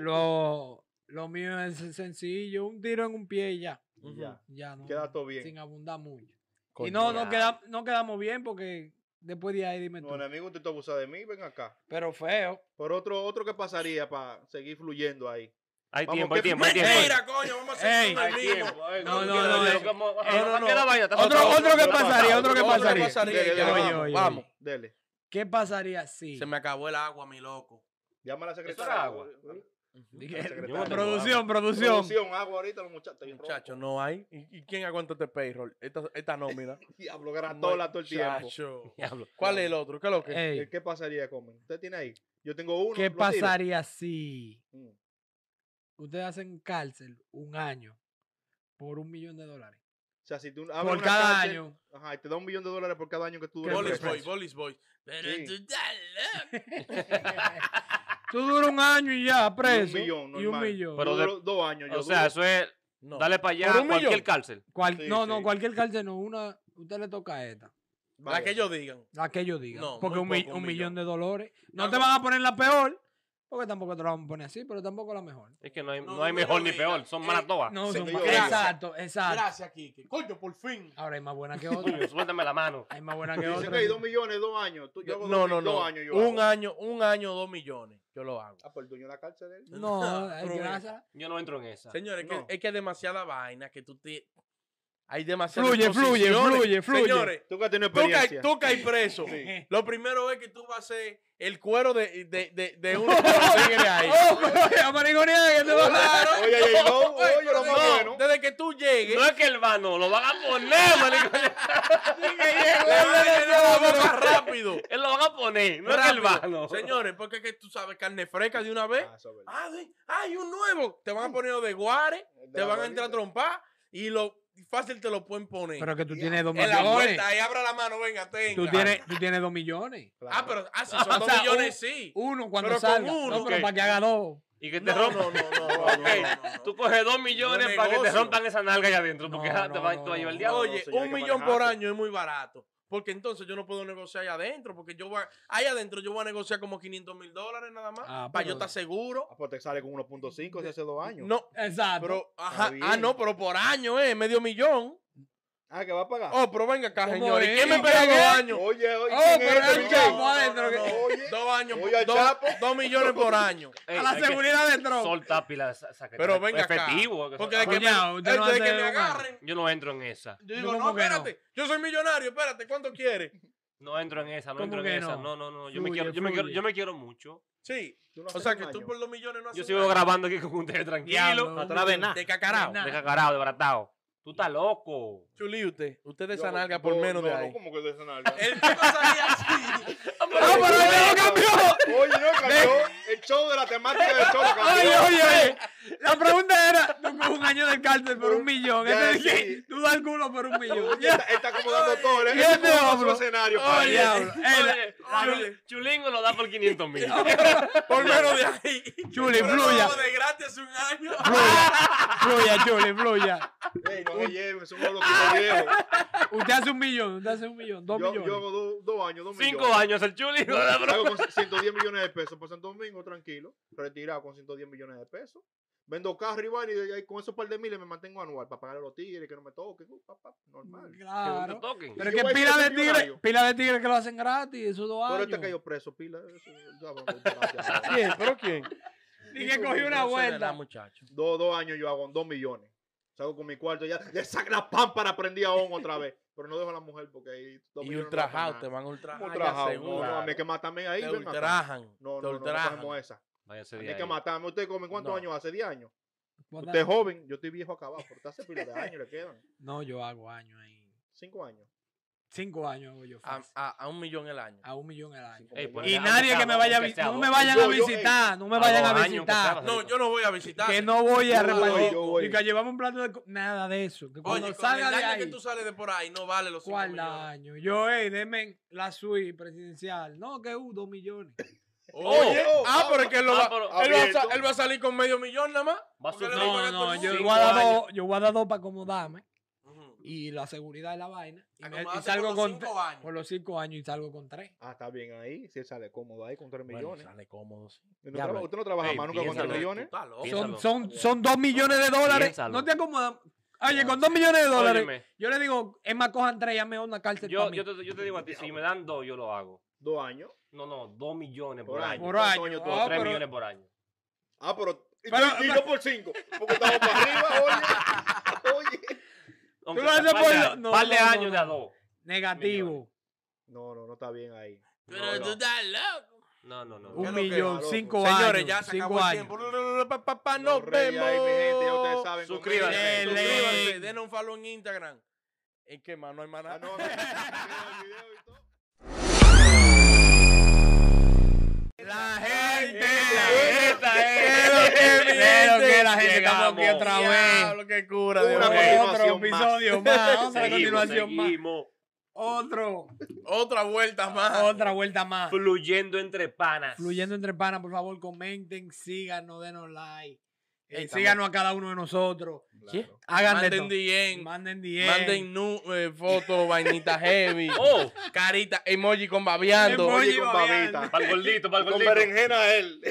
S2: Lo, lo mío es sencillo. Un tiro en un pie y ya.
S4: Ya,
S2: Ya no.
S4: queda todo bien.
S2: Sin abundar mucho.
S3: Coño,
S2: y no, no,
S3: ya.
S2: queda- no quedamos bien porque después de ahí dime
S4: No,
S2: tú.
S4: el amigo intentó abusar de mí, ven acá.
S2: Pero feo.
S4: Por otro, otro que pasaría para seguir fluyendo ahí.
S3: Hay
S4: Vamos,
S3: tiempo, hay
S4: que-
S3: tiempo, hay tiempo.
S1: Mentira, coño, vamos a
S2: Ey.
S1: seguir con
S3: Hay
S1: el mismo.
S3: tiempo, eh,
S2: No, no,
S3: quiero
S2: no,
S3: decir
S2: eh.
S3: que vamos-
S1: Eh,
S3: vamos a
S1: no,
S3: cambiar
S1: no.
S3: la vaina, está
S2: Otro,
S3: soltado.
S2: otro que
S4: otro
S2: pasaría,
S4: pasado,
S2: otro que
S4: otro que
S2: pasaría.
S4: pasaría.
S1: que
S4: Oye,
S1: vamos,
S2: oye, oye.
S1: vamos.
S4: Dele.
S2: ¿Qué pasaría si?
S1: Se me acabó el agua, mi loco.
S4: Llama a la
S3: era
S4: secretaria.
S3: agua.
S2: Dije,
S4: secretaria.
S3: Yo no tengo
S2: producción, producción.
S4: Producción, agua ahorita los muchachos.
S1: Muchachos, no hay. ¿Y, y quién aguanta este payroll? Esta, esta nómina.
S4: Diablo, gratola todo el tiempo.
S1: Muchacho.
S3: Diablo.
S1: ¿Cuál es el otro? ¿Qué es lo que?
S2: Ey,
S4: ¿Qué pasaría con ¿Usted tiene ahí? Yo tengo uno.
S2: ¿Qué
S4: lo tiro.
S2: pasaría si
S4: Mm.
S2: ustedes hacen cárcel un año por un millón de dólares?
S4: O sea, si tú abres
S2: Por
S4: una
S2: cada
S4: cárcel,
S2: año.
S4: Ajá, y te da un millón de dólares por cada año que tú
S2: ¿Qué
S1: Bolis
S4: duras.
S2: preso.
S1: Boy,
S4: preso.
S1: Bolis Boy. Pero
S4: Sí.
S1: tú estás loco.
S2: Tú duras un año y ya preso.
S4: millón,
S2: y un
S4: normal.
S2: millón.
S3: Pero
S4: Yo
S3: de-
S4: duro dos años. yo
S3: O sea,
S4: duro.
S3: eso es.
S1: No.
S3: Dale para allá
S1: ¿Por un
S3: cualquier
S1: millón?
S3: cárcel.
S2: Cual-
S4: Sí,
S2: no, no,
S4: sí.
S2: cualquier cárcel no. Una, usted le toca a esta.
S1: La
S4: Vaya.
S1: que ellos digan.
S2: La que yo diga.
S1: No,
S2: porque
S1: muy
S2: un, mi-
S1: poco, un
S2: un millón
S1: millón.
S2: de dólares. No
S1: No,
S2: te
S1: no.
S2: van a poner la peor. Porque tampoco te la van a poner así, pero tampoco la mejor.
S3: Es que no hay,
S1: No,
S3: no hay
S1: no
S3: mejor
S1: lo
S3: ni
S1: digas.
S3: peor, son
S1: Eh,
S3: malas todas.
S2: No,
S4: se
S2: son
S4: cayó
S2: más-
S1: esa.
S2: Exacto, exacto.
S1: Gracias, Kike. Coño, por fin.
S2: Ahora hay más buena que otra.
S3: Coño, Suéltame la mano.
S2: Hay más buena que
S4: Dice
S2: otra.
S4: que hay dos millones, dos años. Tú, yo hago
S1: No,
S4: dos-
S1: no,
S4: dos
S1: no.
S4: años yo
S1: Un
S4: hago.
S1: año, un año, dos millones. Yo lo hago.
S4: Ah, por el dueño de la cárcel. él.
S2: No, hay
S1: Pero mira.
S2: grasa.
S3: Yo no entro en esa.
S1: Señores, es que-
S4: No.
S1: es que hay demasiada vaina que tú te. Hay demasiada
S2: Fluye, fluye, fluye, fluye.
S1: Señores,
S4: Tú que has tenido
S1: tú caes
S4: experiencia.
S1: tú caes preso.
S4: Sí.
S1: Lo primero es que tú vas a ser el cuero de, de, de, de uno de los tigres ahí.
S2: ¡Oh, pero ya mariconeada que te va a
S1: Claro.
S4: Oye, oye, no, oye,
S1: pero
S4: lo más
S1: no,
S4: bueno.
S1: Desde que tú llegues,
S3: No es que el vano, lo van a poner, marico.
S1: le van a llenar la boca rápido.
S3: Él lo van a poner, no es que el
S1: rápido.
S3: vano.
S1: Señores, porque es que tú sabes carne fresca de una vez.
S4: Ah, eso es verdad.
S1: Ah, sí, hay un nuevo. Te van a poner de guare,
S4: El de
S1: te
S4: la
S1: van a
S4: bolita.
S1: entrar a trompar y lo fácil te lo pueden poner.
S2: Pero que tú tienes dos
S1: en la
S2: millones.
S1: puerta, ahí abra la mano, venga, tenga.
S2: Tú tienes, tú tienes dos millones.
S1: Ah, pero ah, si
S2: Ah,
S1: son
S2: o
S1: dos
S2: sea,
S1: millones, sí.
S2: Uno cuando
S1: Pero con
S2: salga.
S1: uno,
S2: no, pero
S3: ok.
S2: para que haga dos.
S3: Y que te
S1: No,
S3: rompan.
S1: no, no, no, no, no, no, no.
S3: Tú coges dos millones
S1: No
S3: para que te
S1: negocio.
S3: rompan esa nalga allá adentro, porque
S2: No,
S3: ja, te
S2: no,
S3: va
S2: no,
S3: te va a llevar el
S2: no.
S3: diablo.
S1: Oye,
S4: no, señor, hay
S1: un
S4: que
S1: millón
S4: manejarse.
S1: por año es muy barato. Porque entonces yo no puedo negociar allá adentro. Porque yo voy, allá adentro yo voy a negociar como 500 mil dólares nada más.
S2: Ah,
S1: para
S2: pero-
S1: yo estar seguro.
S4: Ah, pues te sale con 1.5 de hace dos años.
S1: No,
S2: Exacto.
S1: pero, ajá, ah,
S4: bien.
S1: no, pero por año, eh, medio millón.
S4: Ah, que va a pagar.
S1: Oh, pero venga acá,
S2: ¿Cómo
S1: señor. ¿Y
S2: es?
S1: quién me
S2: ¿Y
S1: pega
S2: qué?
S1: dos años?
S4: Oye, oye.
S2: Oh,
S4: ¿quién
S2: pero
S4: es
S2: él
S4: este,
S2: ya
S4: bicho?
S2: va adentro,
S1: no, no.
S4: Oye.
S1: Dos años.
S4: Voy al
S1: Dos,
S4: Chapo.
S1: dos millones por año.
S3: Ey,
S2: a la
S3: hay que
S2: seguridad de Trump.
S3: Soltar pila, sa- saque-
S1: Pero venga acá.
S3: efectivo, que
S1: Porque
S3: so-
S1: de que me,
S2: Coño, usted no
S1: de que
S2: hace
S1: me
S2: un año.
S1: agarren.
S3: Yo no entro en esa.
S1: Yo
S2: Yo
S1: digo, no,
S2: como que no.
S1: espérate. Yo soy millonario, espérate. ¿Cuánto quieres?
S3: No entro en esa, no
S2: ¿Cómo
S3: entro en
S2: que
S3: esa.
S2: no?
S3: No, no, no. Yo, me
S2: Fluye,
S3: quiero, yo, me quiero,
S2: fluye.
S3: yo me quiero mucho.
S1: Sí.
S4: Tú no
S1: O
S4: haces
S1: sea
S4: un
S1: que tú
S4: año.
S1: por los millones no haces
S3: Yo
S1: un
S3: sigo
S1: año.
S3: grabando aquí con ustedes tranquilo.
S2: Diablo.
S5: Atrás de nada.
S1: De cacarao.
S2: Nah.
S3: De cacarado, de baratao. Tú estás loco.
S1: Chulí usted. Usted de esa
S4: Yo-
S1: nalga por
S4: no,
S1: menos de
S4: no,
S1: ahí.
S4: No, ¿cómo que de esa nalga?
S1: El tipo salía así.
S2: Ah,
S4: Oye,
S1: pero
S4: no,
S1: ya lo
S4: cambió. Oye, no cambió. El show de la temática del show lo cambió.
S2: Oye, oye, oye. La pregunta era, tú con un año de cárcel por un millón.
S4: Ya,
S2: Este dice,
S4: sí.
S2: tú das el culo por un millón.
S4: Está, está acomodando todo. ¿eh?
S2: y
S4: Eso
S2: este
S4: es como
S2: otro.
S4: su escenario.
S1: Oye.
S4: padre.
S2: Diablo. Eh,
S3: Oye,
S1: oye.
S3: Chul- Chulingo lo da por 500 mil.
S1: Por menos de ahí.
S2: Chuli,
S1: Pero
S2: fluya.
S1: no, de gratis hace un año.
S2: Fluya, chuli, fluya.
S4: Ey, no me lleven, somos los que nos lleven.
S2: Usted hace un millón, usted hace un millón, dos
S4: Yo,
S2: millones.
S4: yo hago dos dos años, dos
S3: Cinco
S4: millones.
S3: años el Chulingo. da por-
S4: Hago con 110 millones de pesos. Por Santo Domingo, tranquilo. Retirado con 110 millones de pesos. Vendo carro y van y, y con esos par de miles me mantengo anual para pagar a los tigres que no me toquen. Uh, pa, pa, normal.
S3: Que no te
S2: Claro.
S3: toquen.
S2: Pero
S4: Yo
S2: que
S4: voy a
S2: pila
S4: ser
S2: de tigres,
S4: millonario.
S2: pila de tigres que lo hacen gratis, esos dos
S4: Pero
S2: años.
S4: este cayó preso, pila. eso, ya vamos, gracias.
S1: ¿Quién? ¿Pero quién?
S2: Y que cogió una vuelta.
S1: muchacho.
S4: Dos, dos años yo hago con dos millones. Salgo con mi cuarto ya. Le saco la pámpara, prendí a on otra vez. Pero no dejo a la mujer porque ahí. dos
S1: Y
S4: millones no
S1: ultrajado,
S4: hacen
S1: te
S4: nada.
S1: van a ultrajar.
S4: ¿Cómo
S1: ya
S4: ultrajado?
S1: seguro.
S4: No, no, a mí hay que matarme ahí.
S1: Te
S4: ven acá.
S1: ultrajan.
S4: No,
S1: te
S4: no, no, no
S1: ultrajan.
S4: cogemos esa.
S3: Váyase de
S4: Hay que
S3: ahí.
S4: matarme. ¿Usted come cuántos
S1: No.
S4: años hace? 10 años.
S2: Pues
S4: Usted es
S2: nada.
S4: joven, yo estoy viejo acabado, pero usted hace pila de años, le quedan
S2: No, yo hago años ahí.
S4: cinco años.
S2: Cinco años hago yo.
S1: a,
S2: fácil. A,
S1: a, a un millón el año.
S2: un millón el año.
S4: Cinco
S3: Ey,
S4: millones.
S3: pues,
S2: Ah. Y
S3: aunque
S2: nadie
S3: sea
S2: que me
S3: dos,
S2: vaya a
S3: aunque
S2: visitar.
S3: sea
S2: No
S3: dos.
S2: me vayan a
S4: Yo- yo, ey,
S2: visitar, no me
S3: a
S2: vayan
S3: dos
S2: a
S3: años que
S2: visitar.
S3: sea,
S1: No, yo no voy a visitar.
S2: Que no voy a
S4: Yo voy,
S2: repartir.
S4: yo voy.
S2: Y que llevamos un plato de. co- Nada de eso. Que cuando
S1: Oye, con el
S2: salga de
S1: año
S2: ahí.
S1: que tú sales de por ahí no vale los cinco
S2: ¿Cuál
S1: millones.
S2: año? Yo, hey, denme la suite presidencial. No, que uh, dos millones.
S1: Oye,
S4: Oh,
S1: ah, pero es que él, lo
S3: Ah,
S1: va,
S3: pero-
S1: él, va a, sa-
S4: abierto.
S1: él va a salir con medio millón nada más.
S3: Va a
S1: Porque
S3: subir.
S1: le va a
S2: No,
S1: pagar todo
S2: no,
S1: el
S2: yo
S1: mundo.
S3: Cinco
S2: guardo dos, yo guardo dos para acomodarme.
S1: Ujú.
S2: Y la seguridad de la vaina. Y, me- y
S1: Acomodarse
S2: salgo
S1: por los
S2: con.
S1: cinco
S2: tre-
S1: años.
S2: Por los cinco años y salgo con tres.
S4: Ah, está bien ahí. Si él sale cómodo ahí con 3
S1: Bueno,
S4: millones.
S1: sale cómodo. sí.
S4: Y no
S3: diablo.
S4: traba- usted no trabaja
S3: Ey,
S4: más nunca con 3
S3: piénsalo.
S4: millones.
S1: Tú estás loco.
S3: Piensa-
S2: Son,
S3: Piénsalo.
S2: son, son dos millones de dólares.
S3: Piénsalo.
S2: No te acomodas. Oye, con dos millones de dólares.
S3: Óyeme,
S2: Yo le digo, es más, cojan tres, llame una cárcel
S3: yo,
S2: para mí.
S3: yo, te, yo te digo a ti, si me dan dos, yo lo hago.
S4: Dos años.
S3: No, no, dos millones por,
S4: Por
S3: año.
S2: Por
S4: ¿Cuántos
S2: año.
S4: años tú
S2: Ah,
S3: O tres
S2: pero-
S3: millones por año.
S4: Ah, pero. Y,
S2: Pero-
S4: y yo por 5. Porque estamos para arriba, oye. Oye.
S3: Aunque
S2: lo haces
S3: sea
S2: por
S3: par de,
S2: lo- no,
S3: par de
S2: no, no,
S3: años
S2: no.
S3: de a dos.
S2: Negativo.
S4: No, no, no está bien ahí.
S3: No,
S1: Pero
S3: no.
S1: tú estás loco.
S3: No, no, no.
S1: ¿Qué
S2: Un
S1: es lo que
S2: millón,
S4: es,
S2: cinco años.
S1: Señores, ya se
S2: cinco
S1: acabó el
S2: años.
S1: tiempo. Pa, pa, pa, Ah, Nos
S4: Los reyes
S1: vemos.
S4: ahí, mi gente, ya ustedes saben.
S3: Suscríbanse.
S4: conmigo.
S1: Suscríbanse,
S2: Suscríbanse.
S1: Denos un follow en Instagram. Es que más no hay más
S4: Ah,
S1: nada.
S4: no, el video y todo.
S2: La gente.
S3: Esta
S1: Es
S3: es.
S1: lo que mi
S2: Es lo
S1: gente.
S2: que la gente estamos aquí
S3: Llegamos.
S2: otra vez.
S1: Diablo, qué cura,
S4: Una
S1: Dios
S4: Una
S1: mío.
S4: vez.
S2: Otro
S4: continuación más.
S2: episodio más. Otra
S3: Seguimos,
S2: continuación más.
S3: seguimos
S2: Otro.
S1: Otra
S2: Ah,
S1: vuelta más.
S2: Otra vuelta más.
S3: fluyendo entre panas.
S2: Fluyendo entre panas, por favor, comenten, síganos, denos like. eh,
S1: Ey, estamos-
S2: síganos a cada uno de nosotros.
S4: Claro.
S2: Hagan de
S1: Manden
S2: todo.
S1: DM.
S2: Manden 10.
S1: Manden nu- eh, fotos, vainita heavy.
S3: Oh,
S1: Carita, emoji con babeando.
S2: Emoji.
S4: Oye, con
S2: babeando.
S4: babita.
S3: para el gordito, para el
S4: Con
S3: gordito.
S4: berenjena él.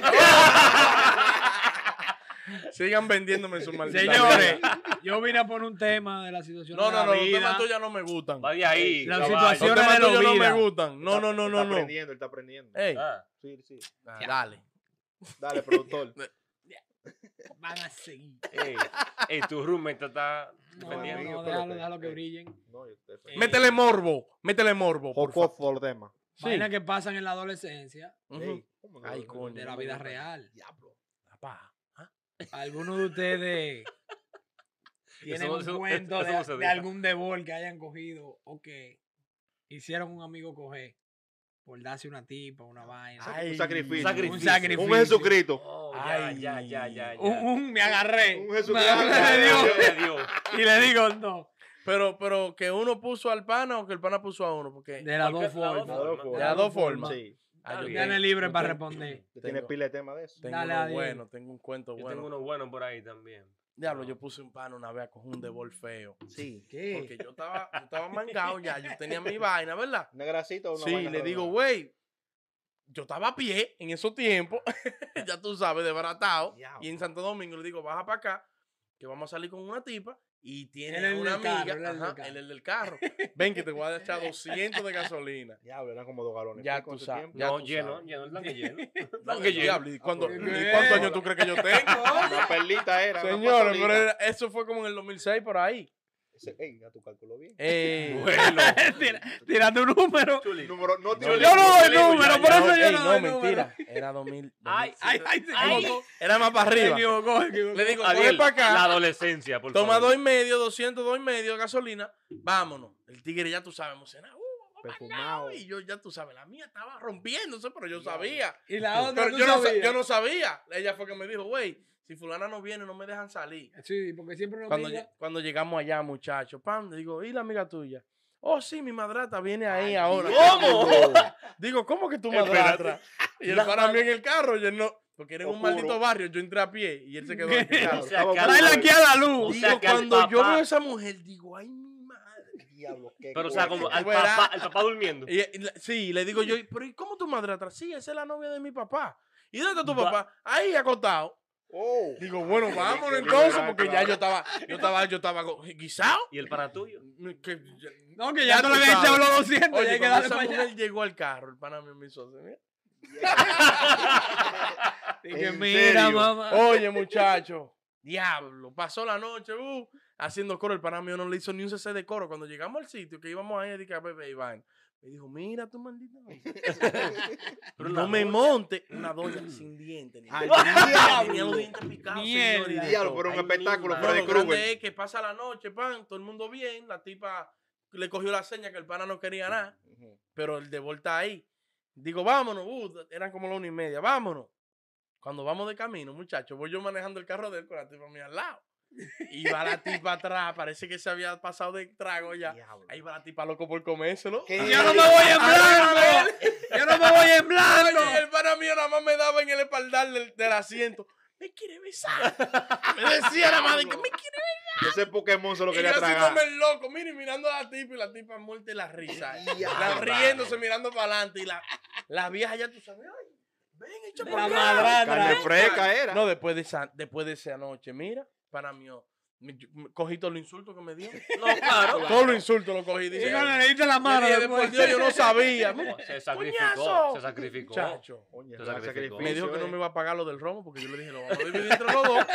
S1: Sigan vendiéndome sus malditas.
S2: Señores,
S1: vidas.
S2: yo vine a poner un tema de la situación.
S1: No,
S2: de la
S1: no, no. Los
S2: vida.
S1: temas tuyos no me gustan.
S3: Va de ahí.
S2: Eh, La
S3: caballo.
S1: Los
S2: situación-
S1: temas
S2: de la
S1: tuyos no
S2: vida.
S1: me gustan. No, no, no, Eh. no,
S4: Está
S1: no.
S4: aprendiendo, él está aprendiendo.
S1: Ey,
S3: Ah,
S4: Sí, sí.
S1: dale.
S4: Dale, productor.
S2: Van a seguir.
S3: ey, ey, eh, tu roommate está
S2: No, no,
S3: defendiendo.
S4: amigo,
S2: déjalo,
S4: espérate.
S2: déjalo que
S4: Ey.
S2: brillen.
S4: No, yo te
S2: Eh,
S1: Métele morbo. Métele morbo. por
S4: Jocof
S1: favor.
S4: por tema.
S1: Sí.
S2: Vainas que pasan en la adolescencia
S1: Ujú.
S4: Ey, ¿cómo no?
S1: Ay,
S4: No,
S1: coño.
S4: no,
S2: de la
S4: no,
S2: vida
S4: no,
S2: real.
S4: Diablo.
S1: Papá.
S2: ¿Alguno de ustedes tienen
S3: Eso no-
S2: un
S3: eso- eso-
S2: cuento
S3: eso
S2: de,
S3: no se
S2: de
S3: diga.
S2: algún devor que hayan cogido o que hicieron un amigo coger por darse una tipa, una vaina?
S1: Ay,
S4: un sacrificio.
S2: un
S3: sacrificio.
S2: sacrificio.
S4: Un Jesucristo.
S3: Oh, ya,
S1: Ay.
S3: ya, ya, ya, ya.
S2: Un, un- me agarré.
S4: Un
S2: me
S4: Jesucristo.
S2: agarré de
S4: Ay,
S2: Dios,
S4: ay, ay.
S3: Gloria a Dios.
S2: y le digo no.
S1: Pero, pero que uno puso al pana o que el pana puso a uno. Porque
S2: De las
S3: Porque
S2: dos
S3: las dos
S2: formas.
S3: formas.
S1: de las dos formas.
S4: Sí.
S1: Ah, yo
S3: Está
S2: Dale
S1: tengo-
S2: libre
S1: yo
S2: para
S1: tengo-
S2: responder.
S4: Tú tienes
S1: Tengo-
S4: pila de tema de eso.
S1: Tengo
S2: Dale,
S1: uno
S2: adiós.
S1: bueno, tengo un cuento
S3: Yo
S1: bueno.
S3: tengo uno bueno por ahí también.
S1: Diablo, yo puse un pan una vez a coger un debol feo.
S4: Sí.
S1: Porque yo estaba, yo estaba mangado ya, yo tenía mi vaina, ¿verdad?
S4: ¿Una grasita o una
S1: Sí,
S4: vaina
S1: le digo,
S4: redonda?
S1: güey, yo estaba a pie en esos tiempos, ya tú sabes, desbaratado.
S4: Diablo.
S1: Y en Santo Domingo le digo, baja para acá, que vamos a salir con una tipa y tiene
S2: Él es el
S1: una
S2: del carro,
S1: amiga,
S2: él es el del
S1: ajá,
S2: carro.
S1: él es el del carro. Ven que te voy a echar 200 de gasolina.
S4: Ya, eran como dos galones.
S1: Ya
S4: ¿Por
S1: tú
S4: cuánto
S1: sabes.
S4: tiempo?
S1: Ya
S3: No,
S1: tú
S3: lleno,
S1: sabes.
S3: lleno el tanque lleno.
S1: No,
S3: que
S1: que
S3: lleno.
S1: diablo, ¿y cuándo-
S2: pues,
S1: y
S2: bien.
S1: cuántos años tú crees que yo tengo?
S4: Una perlita era. una
S1: Señores,
S4: pasolina.
S1: pero era- eso fue como en el 2006 por ahí.
S4: Ese- Ey, ya tú calculó bien.
S1: Eh,
S2: Tira- tirando un número.
S3: Chulito.
S4: Número, no
S1: Yo
S4: tiró el
S1: no
S4: número,
S1: doy
S4: el libro,
S2: número,
S4: ya,
S2: por
S4: ya.
S2: eso- yo
S1: ey,
S2: no
S1: no,
S2: doy
S1: mentira. Era 2000.
S3: Ay,
S2: Ay, ay,
S3: Ay.
S2: señor.
S1: Era más para arriba.
S2: Se equivocó, se equivocó.
S1: Le digo,
S3: Adiel,
S1: coge para
S3: La
S1: acá.
S3: adolescencia, por
S1: Toma
S3: favor.
S1: dos y medio, 200, dos y medio de gasolina. Vámonos. El tigre ya tú sabes, emocionado. Uh, vamos para acá.
S4: Perfumado.
S1: Y yo ya tú sabes, la mía estaba rompiéndose, pero yo
S4: Ya.
S1: sabía.
S2: Y la otra.
S1: Pero
S2: Ah, tú
S1: yo no, sa-
S2: sabías.
S1: yo no sabía. Ella fue que me dijo, güey, si fulana no viene, no me dejan salir.
S2: Sí, porque siempre nos
S1: Cuando,
S2: mira.
S1: lle- cuando llegamos allá, muchachos, pam, le digo, ¿y la amiga tuya? Oh, sí, mi madrata viene ahí
S4: Ay,
S1: ahora.
S3: ¿Cómo?
S1: Digo, ¿cómo que tu
S3: Espérate.
S1: madrastra? Y él
S3: La
S1: para mí en el carro, y él no. Porque era en un
S4: Oscuro.
S1: maldito barrio, yo entré a pie y él se quedó en el
S3: O
S1: carro.
S3: sea,
S4: Vamos, vamos,
S3: que al-
S4: Tráela aquí
S2: a la
S3: O
S2: luz.
S3: sea, que al
S1: cuando yo
S3: papá-
S1: veo a esa mujer, digo, ay, mi madre.
S4: Diablo, qué
S3: Pero, o sea, como
S4: cuerpo.
S3: al
S1: Tú verás.
S3: papá, el papá durmiendo.
S1: Y- y la- sí, le digo yo, pero ¿y cómo tu madre atrás? Sí, esa es la novia de mi papá. ¿Y dónde está tu
S3: Va-
S1: papá? Ahí acostado.
S4: Oh.
S1: Digo, bueno,
S4: Qué
S1: vámonos
S4: liberal,
S1: entonces, porque ya
S4: claro.
S1: yo estaba, yo estaba, yo estaba go- guisado.
S3: Y el para tuyo.
S1: Que-
S2: No, que
S1: Ya
S2: ya, no
S1: tú
S2: le había echado
S1: sabes.
S2: los 200. ya
S1: Oye,
S2: hay que
S1: cuando
S2: darle
S1: esa
S2: para allá.
S1: mujer llegó al carro, el pana mío me hizo así, mira.
S2: Dije,
S4: ¿En
S2: mira,
S4: serio?
S2: mamá.
S1: Oye, muchacho, diablo, pasó la noche, uh, haciendo coro. El pana mío no le hizo ni un cc de coro. Cuando llegamos al sitio que íbamos ahí, dije, a bebé Iván, me dijo, mira tu maldita. vaina.
S3: Pero
S1: no
S3: una
S1: me
S3: doña.
S1: monte una doña sin dientes. ni
S4: Ay,
S1: nada.
S4: diablo.
S1: Tenía los dientes picados,
S2: Mierda.
S1: señor, y de
S4: Diablo,
S1: todo.
S4: pero un
S3: Ay, mi
S4: espectáculo.
S3: madre.
S1: No,
S4: Freddy
S1: lo
S4: Krueger.
S1: grande es que pasa la noche, pan, todo el mundo bien, la tipa le cogió la seña que el pana no quería nada,
S4: Ujú.
S1: pero el de vuelta ahí. Digo, vámonos, uh, eran como la una y media, vámonos. Cuando vamos de camino, muchachos, voy yo manejando el carro de él con la tipa mía al lado. Y va la tipa atrás, parece que se había pasado de trago ya.
S4: Diablo.
S1: Ahí va la tipa loco por comérselo.
S4: ¿Qué?
S2: Yo no me voy
S1: Ay,
S2: en blanco. Yo no me voy en blanco.
S1: Oye, el pana mío nada más me daba en el espaldar del, del asiento. Me quiere besar. Me decía la madre que me quiere
S4: Ese Pokémon se lo
S1: besar. Y
S4: quería
S1: yo
S4: tragar.
S1: haciéndome el loco. Mire, y mirando a la tipa y la tipa muerta de la risa. eh.
S4: Ya,
S1: La
S4: vale.
S1: riéndose, mirando para adelante. Y la, la vieja ya tú sabes. Ay, ven, echa
S2: La
S1: para acá.
S2: madrastra.
S4: Carne
S1: Ven,
S4: fresca era.
S1: No, después de esa, después de esa noche, mira, pana mío. me- yo- me- Cogí todos los insultos que me dio.
S3: No, claro.
S1: Todos los insultos los cogí. Dice,
S2: Y cuando le diste la mano.
S1: le dije,
S2: después.
S1: por Dios, yo no sabía. mira,
S3: Se sacrificó.
S1: Coñazo.
S3: Se sacrificó.
S1: Muchacho.
S4: Coño,
S3: Te
S4: era
S3: sacrificó.
S1: Me dijo que no
S4: eh.
S1: me iba a pagar lo del romo porque yo le dije, lo vamos a dividir entre los dos.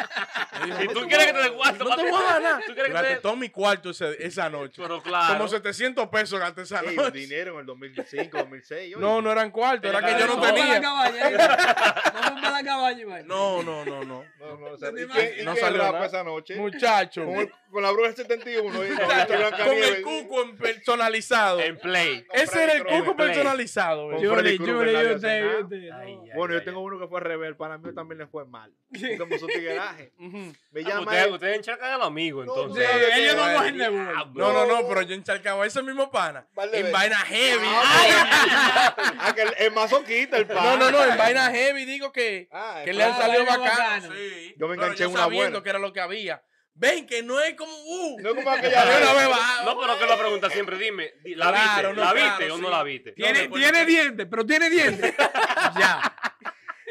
S1: Me dijo,
S3: ¿Y
S1: "No
S3: tú
S1: te
S3: quieres que
S1: voy
S3: te
S1: a-
S3: dé cuarto,
S1: No te
S3: papi?
S1: voy a ganar.
S3: ¿Tú quieres que
S1: Durante
S3: te-
S1: todo mi cuarto ese- esa noche.
S3: Pero claro.
S1: Como 700 pesos gasté esa
S4: Ey,
S1: noche.
S4: dinero en el 2005, 2006. oye.
S1: No, no eran cuartos, era que yo no
S2: Vamos para la
S1: tenía.
S2: cabaña, mira. Vamos para la cabaña, Iván.
S1: No, no, no, no.
S4: No, no, o sea,
S2: No
S4: ¿y
S2: te
S4: qué- ¿Y
S1: No
S4: qué
S1: salió
S4: rapa
S1: nada.
S4: esa noche?
S1: Muchacho.
S4: Con, el- con la bruja del 71 y con,
S1: Muchacho, Con el
S4: cuco.
S1: cuco en- personalizado.
S3: En play.
S1: Ese era el
S4: Con
S1: cuco
S3: Play.
S1: personalizado. güey.
S4: Con Freddy
S2: Julie, Julie,
S4: Krueger nadie
S2: y
S4: hace
S2: usted,
S4: nada.
S2: y usted.
S3: Ay, ay,
S4: Bueno,
S3: ay, Ah,
S4: yo tengo uno que fue rebel, para mí también le fue mal. Como su tigueraje.
S1: Ujú.
S4: Me
S3: ay. Ah,
S4: llama
S3: Ustedes
S4: él.
S3: ustedes encharcan al amigo,
S4: No,
S2: Sí,
S3: entonces.
S4: no, no,
S2: ellos no
S1: bueno.
S2: cogen de
S3: Ah,
S1: No,
S2: burro.
S1: no, no, pero yo encharcaba a ese mismo pana.
S4: Vale,
S1: En
S4: ve.
S1: vaina heavy.
S4: Ah, bueno. Ah, que el, el masoquista, el
S1: No,
S4: pan.
S1: no, no, en vaina heavy digo que.
S4: Ah,
S1: que
S4: el
S1: le han
S2: Ah,
S4: pan.
S1: salido
S2: vaina
S1: bacano.
S2: bacana.
S1: sí.
S4: Yo
S1: Pero
S4: me enganché en una
S1: sabiendo
S4: buena.
S1: que era lo que había. Ven, que no es como. Uh,
S4: No es como
S1: que
S4: aquella
S1: había
S4: vez.
S1: una vez bajado.
S3: No, pero que la pregunta siempre, dime, di- ¿la
S1: Claro,
S3: viste?
S1: no,
S3: ¿La
S1: claro,
S3: viste o
S1: sí.
S3: no la viste?
S1: No,
S2: Tiene,
S1: después
S2: tiene
S1: no-
S2: dientes, pero tiene dientes.
S1: Ya.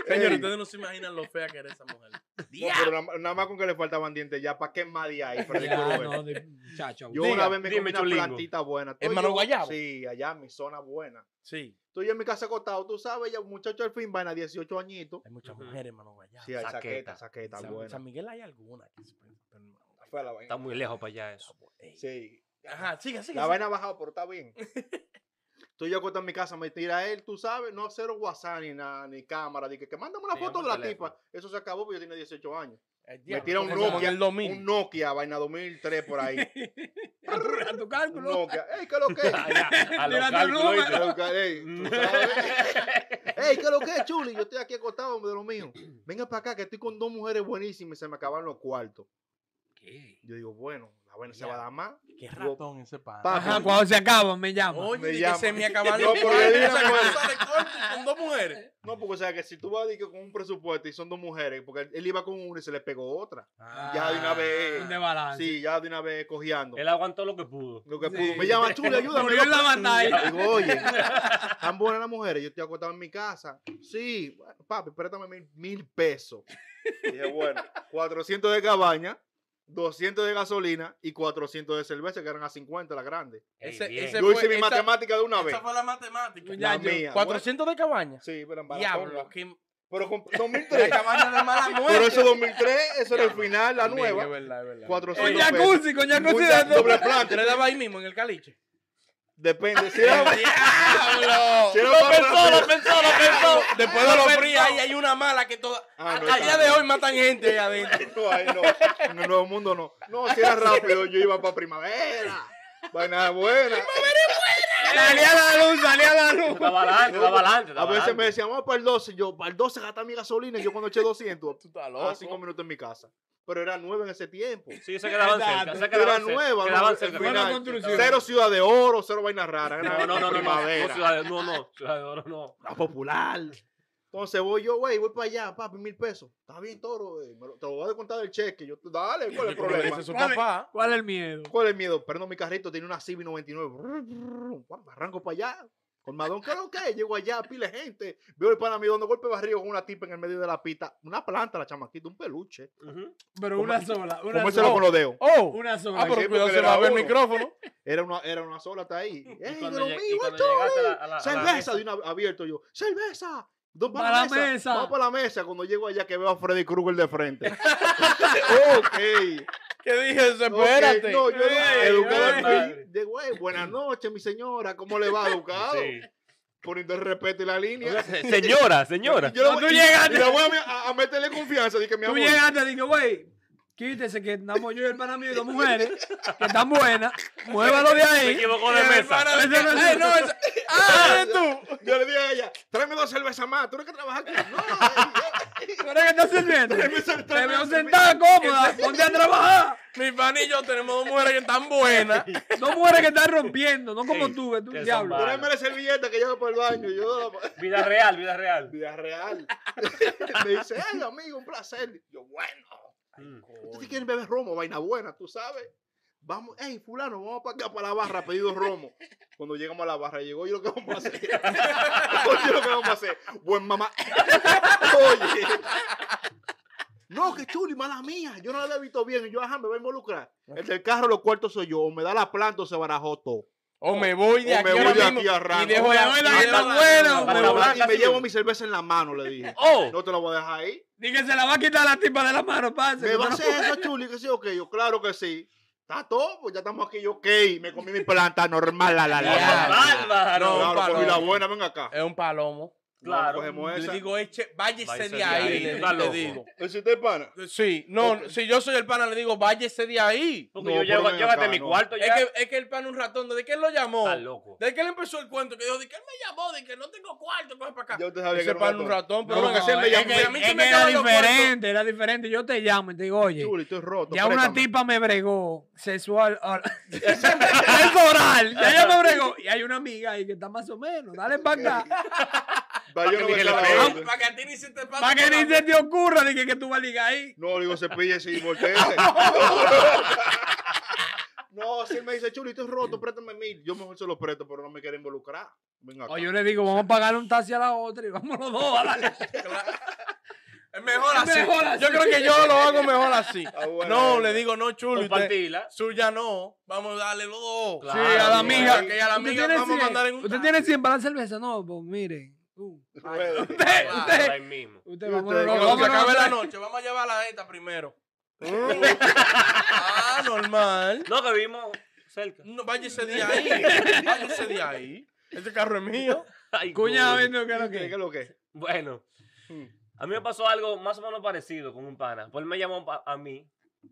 S1: Señor,
S4: Ey.
S1: ustedes no se imaginan lo fea que era esa mujer.
S4: No, pero na- nada más con que le faltaban dientes ya. ¿Para qué más de ahí? Freddy
S2: Ya,
S4: Krueger?
S2: no, de- muchacho.
S4: Yo
S1: Diga,
S4: una vez me comí
S3: dime,
S4: una
S3: Cholingo.
S4: plantita buena. Estoy
S1: ¿Hermano
S4: yo-
S1: Guayabo?
S4: Sí, allá en mi zona buena.
S1: Sí.
S4: Estoy yo en mi casa acostado, tú sabes, ya un muchacho al fin, vaina, 18 añitos.
S1: Hay muchas
S3: Ujú.
S1: mujeres, hermano, guayaba.
S4: Sí, hay
S3: Saqueta.
S4: saqueta, saqueta,
S1: San,
S4: buena.
S1: San Miguel hay alguna. que se- pero no.
S4: Fue la vaina.
S3: Está muy lejos para allá eso.
S1: Ey.
S4: Sí.
S1: Ajá, sigue, sigue.
S4: La
S1: sigue.
S4: vaina ha bajado, pero está bien. Estoy yo acostado en mi casa, me tira él, tú sabes, no cero WhatsApp ni nada, ni cámara. Dije que mándame una
S3: Te llamo
S4: foto de
S3: al
S4: la
S3: teléfono.
S4: tipa. Eso se acabó porque yo tenía 18 años.
S1: El Eh, diablo,
S4: tira un
S1: como
S4: Nokia,
S1: en el 2000.
S4: Un Nokia, vaina 2003 por ahí.
S2: a, tu, a tu
S4: Un
S2: cálculo.
S4: Nokia. ey, ¿qué es lo que? es?
S3: A los
S2: Tirando
S3: cálculos,
S2: números.
S4: ¿Qué es
S3: ¿viste?
S4: lo que- ey, tú sabes? Ey, ¿qué es lo que es, Chuli? Yo estoy aquí acostado de lo mío. Venga para acá, que estoy con dos mujeres buenísimas y se me acabaron los cuartos.
S2: ¿Qué?
S4: Yo digo, bueno, la vaina se va a dar más.
S1: Qué ratón ese pana.
S4: Papi.
S2: Ajá, cuando se acaban me llama.
S1: Oye,
S4: Me
S1: de que
S4: llama.
S1: se me acabaron
S4: No,
S1: los
S4: porque
S1: cuartos,
S4: dime,
S1: o sea, que
S4: pues.
S1: sale corto con dos mujeres.
S4: No, porque o sea que si tú vas di que con un presupuesto y son dos mujeres, porque él, él iba con una y se le pegó otra. ya
S1: Ah,
S4: de una vez.
S2: De balance.
S4: Sí, ya de una vez cojeando.
S3: Él aguantó lo que pudo.
S4: Lo que
S2: Ah, Sí.
S4: pudo. Me llama Chuli, ayúdame.
S2: Murió en la
S4: loco".
S2: batalla.
S4: Digo, oye, tan buenas las mujeres, yo estoy acostado en mi casa. Sí, bueno, papi, préstame mil, mil pesos. Dije, bueno, 400 de cabaña, 200 de gasolina y 400 de cerveza, que eran a 50 las grandes.
S3: Ey,
S1: Ese-
S3: bien.
S1: ese-
S4: Yo hice
S1: fue-
S4: mi
S1: esa-
S4: matemática de una vez.
S1: Esa fue la matemática.
S4: La
S1: Ya, yo-
S4: mía.
S1: 400 de cabaña.
S4: Sí, pero en
S1: Diablo,
S4: Barahona.
S1: que
S4: Pero con
S1: la
S4: 2003.
S1: cabaña de mala muerte.
S4: pero eso 2003, eso era el final, la
S1: También,
S4: nueva.
S1: Es verdad, es verdad.
S4: 400
S2: Con
S1: Oye,
S4: pesos.
S2: jacuzzi, con jacuzzi.
S4: Un ya-
S2: de-
S4: doble
S1: ¿Te
S4: planta.
S1: le daba ahí mismo en el caliche?
S4: Depende. Si era,
S1: ¡Diablo!
S4: si era
S1: Lo
S4: más
S1: pensó,
S4: rápido.
S1: lo pensó, lo pensó. Después de
S4: Lo
S1: los
S4: pensó.
S1: fríos, ahí hay una mala que toda.
S4: Ah, no,
S1: Hasta el
S4: está
S1: día de
S4: bien.
S1: hoy matan gente ahí adentro.
S4: No, ahí no. En el Nuevo Mundo no. No, si era rápido, yo iba para primavera. Vaina buena.
S2: Salía la luz, salía la luz.
S3: Estaba adelante, estaba adelante.
S4: A
S3: estaba
S4: veces me
S3: adelante.
S4: decían, vamos para el 12. Yo, para el 12 gasta mi gasolina. Y yo cuando eché 200,
S1: Tú estás
S4: a 5 minutos en mi casa. Pero era 9 en ese tiempo.
S3: Sí, se quedaban cerca. Se
S2: Exacto.
S4: Era
S3: quedaban cerca,
S4: nueva,
S3: quedaban
S4: ¿no?
S3: cerca,
S4: Al
S2: Buena
S3: quedaban
S4: final,
S2: construcción.
S4: Cero ciudad de oro, cero vaina rara.
S3: cerca. No, no, no, no, no. No,
S4: Primavera.
S3: ciudad- no, no, ciudad de oro no.
S4: la popular. Entonces voy yo, güey, voy para allá, papi, mil pesos. Está bien, toro, güey, me lo- te lo voy a descontar del cheque. Yo, dale, ¿cuál es el problema?
S1: su
S2: Dale.
S1: papá.
S2: ¿Cuál es el miedo?
S4: ¿Cuál es el miedo? Perdón, mi carrito tiene una Civi 99. Brr, brr, guau, Arranco para allá. Con Madón, ¿qué es lo que es? Llego allá, pile gente. Veo el pana mío dando golpe de barrio con una tipa en el medio de la pista. Una planta, la chamaquita, un peluche.
S3: Ujú.
S2: Pero
S4: ¿Cómo-
S2: una sola, una
S4: Comérselo con
S2: sola.
S4: los dedos.
S1: Oh.
S2: Una
S1: Ah,
S2: sola.
S4: sí,
S1: pero cuidado,
S4: porque
S1: se
S4: era
S1: va a ver el
S4: uno.
S1: micrófono.
S4: Era una, era una sola, está ahí.
S3: Y
S4: ¡Ey,
S3: cuando
S4: Dios
S3: lleg-
S4: mío,
S3: y cuando
S4: guacho,
S3: llegaste a la-
S4: ey!
S3: a la- a la
S4: Cerveza
S3: mesa.
S4: de una abierto yo. ¡Cerveza! Dos para,
S2: Para
S4: la mesa.
S2: mesa.
S4: Vamos para la mesa. Cuando llego allá que veo a Freddy Krueger de frente. ok.
S1: ¿Qué dije? Eso,
S4: Ok,
S1: Espérate.
S4: No, yo no,
S2: Ey,
S4: educado
S2: ey,
S4: en
S2: madre.
S4: fin. De güey, buenas noches, mi señora. ¿Cómo le va, educado?
S3: Sí.
S4: Poniendo el respeto y la línea.
S3: Señora, señora.
S4: Yo le
S2: No,
S4: voy-
S2: tú
S4: y-
S2: llegaste.
S4: y le voy a, a- a meterle confianza. Dije, mi
S2: Tú
S4: amor.
S2: llegaste y dije, güey, quítese que andamos yo y el pana mío y dos mujeres que están buenas. Muévalo de
S3: Se
S2: ahí.
S3: equivocó de
S1: El
S3: mesa.
S1: hermano de-
S2: Ese no es-
S1: Ay, no, ese- Ah, eres tú.
S4: Yo le dije a ella, tráeme dos cervezas más. Tú no que trabajas aquí. No, ey, ey.
S2: ¿Tú eres que estás sirviendo?
S4: Tráeme cer-
S2: Te
S4: tráeme
S2: veo
S4: dos cervezas.
S2: sentada cómoda. Ponte a trabajar.
S1: Mi pan y yo tenemos dos mujeres que están buenas.
S2: Dos mujeres que están rompiendo, no como
S3: Sí,
S2: tú, que tú
S3: que
S2: un
S3: son
S2: diablo.
S3: malas.
S4: Tráeme la servilleta que yo voy para el baño. Yo,
S3: Vida real, vida real.
S4: vida real. Me dice, ay, amigo, un placer. Yo, bueno.
S3: Mm.
S4: Entonces, si quieren beber romo, vaina buena, tú sabes. Vamos, hey, fulano, vamos para acá, para la barra, pedido romo. Cuando llegamos a la barra, llegó, yo lo que vamos a hacer. Oye, lo que vamos a hacer. Buen mamá. Oye. No, que chuli, mala mía. Yo no la he visto bien. Y yo, ajá, me voy a involucrar.
S3: Ah.
S4: El del carro, los cuartos soy yo. O me da la planta o se barajó todo.
S1: O me voy de
S4: O
S1: aquí
S4: me voy
S1: ahora
S4: de
S1: mismo
S4: aquí, arranco.
S1: y dejo
S2: O me
S1: la
S2: voy de
S1: y
S2: aquí,
S1: dejo
S2: está
S1: la-
S2: bueno.
S1: la-
S3: Para
S1: la-
S3: la-
S4: y me
S3: sí.
S4: llevo mi cerveza en la mano, le dije.
S3: Oh,
S4: No te la voy a dejar ahí.
S2: Ni que se la va a quitar la tipa de la mano, pase.
S4: ¿Me va a hacer eso, Chuli? Que sí, ok. Yo, claro que sí. Está todo, pues ya estamos aquí. Yo, ok. Me comí mi planta normal, la, la, la.
S1: Ya.
S4: la, la.
S1: No,
S3: bárbaro.
S4: Claro,
S1: palo.
S4: comí la buena, ven acá.
S1: Es un palomo.
S4: Claro.
S3: Claro.
S4: Cogemos
S1: Le
S4: esa.
S1: digo, eche, váyese
S3: Váyese
S1: de
S3: de
S1: ahí,
S3: ahí,
S1: le,
S3: está
S1: le
S3: loco.
S1: digo.
S4: ¿El si te pana?
S1: Sí, no,
S4: Ok.
S1: si yo soy el pana, le digo, váyese de ahí.
S3: Porque
S4: No,
S3: yo
S4: pero
S3: llego,
S4: ven
S3: llego hasta
S4: acá,
S3: mi
S4: no.
S3: cuarto
S1: Es
S3: ya.
S1: que, es que el pan un ratón, ¿de qué él lo llamó?
S3: Está loco.
S1: ¿De qué él empezó el cuento? Que dijo, ¿de qué él me llamó? De que no tengo cuarto, coge para acá.
S4: Yo te sabía
S1: Ese
S4: que
S1: pan un ratón, pero
S4: No,
S1: venga,
S4: es que él me
S1: es
S4: llamó.
S1: que a mí
S2: es
S1: se
S2: que
S1: me
S2: era
S1: acaban los cuartos.
S2: diferente, era diferente. Yo te llamo y te digo, oye,
S4: Chuli, estoy roto.
S2: ya una
S4: préstame.
S2: tipa me bregó sexual. or- es oral, ya ella me bregó. Y hay una amiga ahí que está más o menos. Dale para acá.
S4: Va, yo no
S3: que
S4: me
S3: le
S4: estaba
S3: pegue.
S4: viendo.
S1: Para que a ti ni se te pase.
S2: Para que
S1: por la-
S2: ni se te ocurra de que, que tú vas a ligar ahí.
S4: No, le digo, cepíllese y voltee. No, si él me dice, Chuli, estoy roto, préstame mil. Yo mejor se lo presto, pero no me quiere involucrar. Ven acá.
S2: O yo le digo, vamos a pagar un taxi a la otra y vamos los dos a la.
S1: Claro. Es mejor
S2: Es
S1: así.
S2: mejor así.
S1: Yo creo que yo lo hago mejor así.
S4: Ah, bueno.
S1: No, le digo, no, chulo. Usted,
S3: Compartirla.
S1: suya no. Vamos a darle los dos.
S3: Claro,
S2: sí, a la
S3: sí.
S2: amiga.
S1: Que a la amiga
S2: ¿Usted tiene
S1: vamos a
S2: 100?
S1: mandar en un
S2: ¿Usted
S1: taxi.
S2: tiene 100 para la cerveza? No, pues miren. Uh,
S4: Bueno.
S2: usted,
S1: Claro.
S2: usted.
S3: Ahí mismo.
S2: Usted,
S4: Y
S2: vámonos,
S4: usted,
S2: no,
S1: Cuando se
S2: vámonos,
S1: acabe la
S2: usted.
S1: noche, vamos a llevarla a esta primero.
S4: Mm,
S1: ah, normal.
S3: No, que vimos cerca.
S1: No, váyase de ahí. Váyase de ahí. Este carro es mío.
S3: Ay,
S2: Cuñado,
S3: coño.
S2: viendo que lo
S4: ¿Qué es
S2: que.
S4: lo que? Mm.
S3: Bueno, a mí me pasó algo más o menos parecido con un pana. Pues él me llamó pa- a mí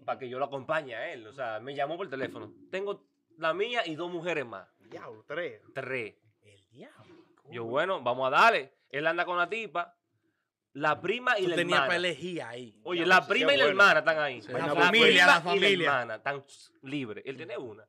S3: para que yo lo acompañe a él. O sea, me llamó por teléfono. Tengo la mía y dos mujeres más.
S4: Diablo, tres.
S3: Tres.
S1: El diablo.
S3: Yo, bueno, vamos a darle. Él anda con la tipa, la prima y
S1: Tú
S3: la
S1: tenías para
S3: hermana.
S1: elegir ahí.
S3: Oye,
S4: Ya,
S3: la
S4: sí,
S3: prima y la
S4: bueno.
S3: hermana están ahí.
S1: Sí,
S4: la
S3: prima
S2: familia, la
S3: Y la
S2: familia.
S3: hermana están libres. Él tiene una.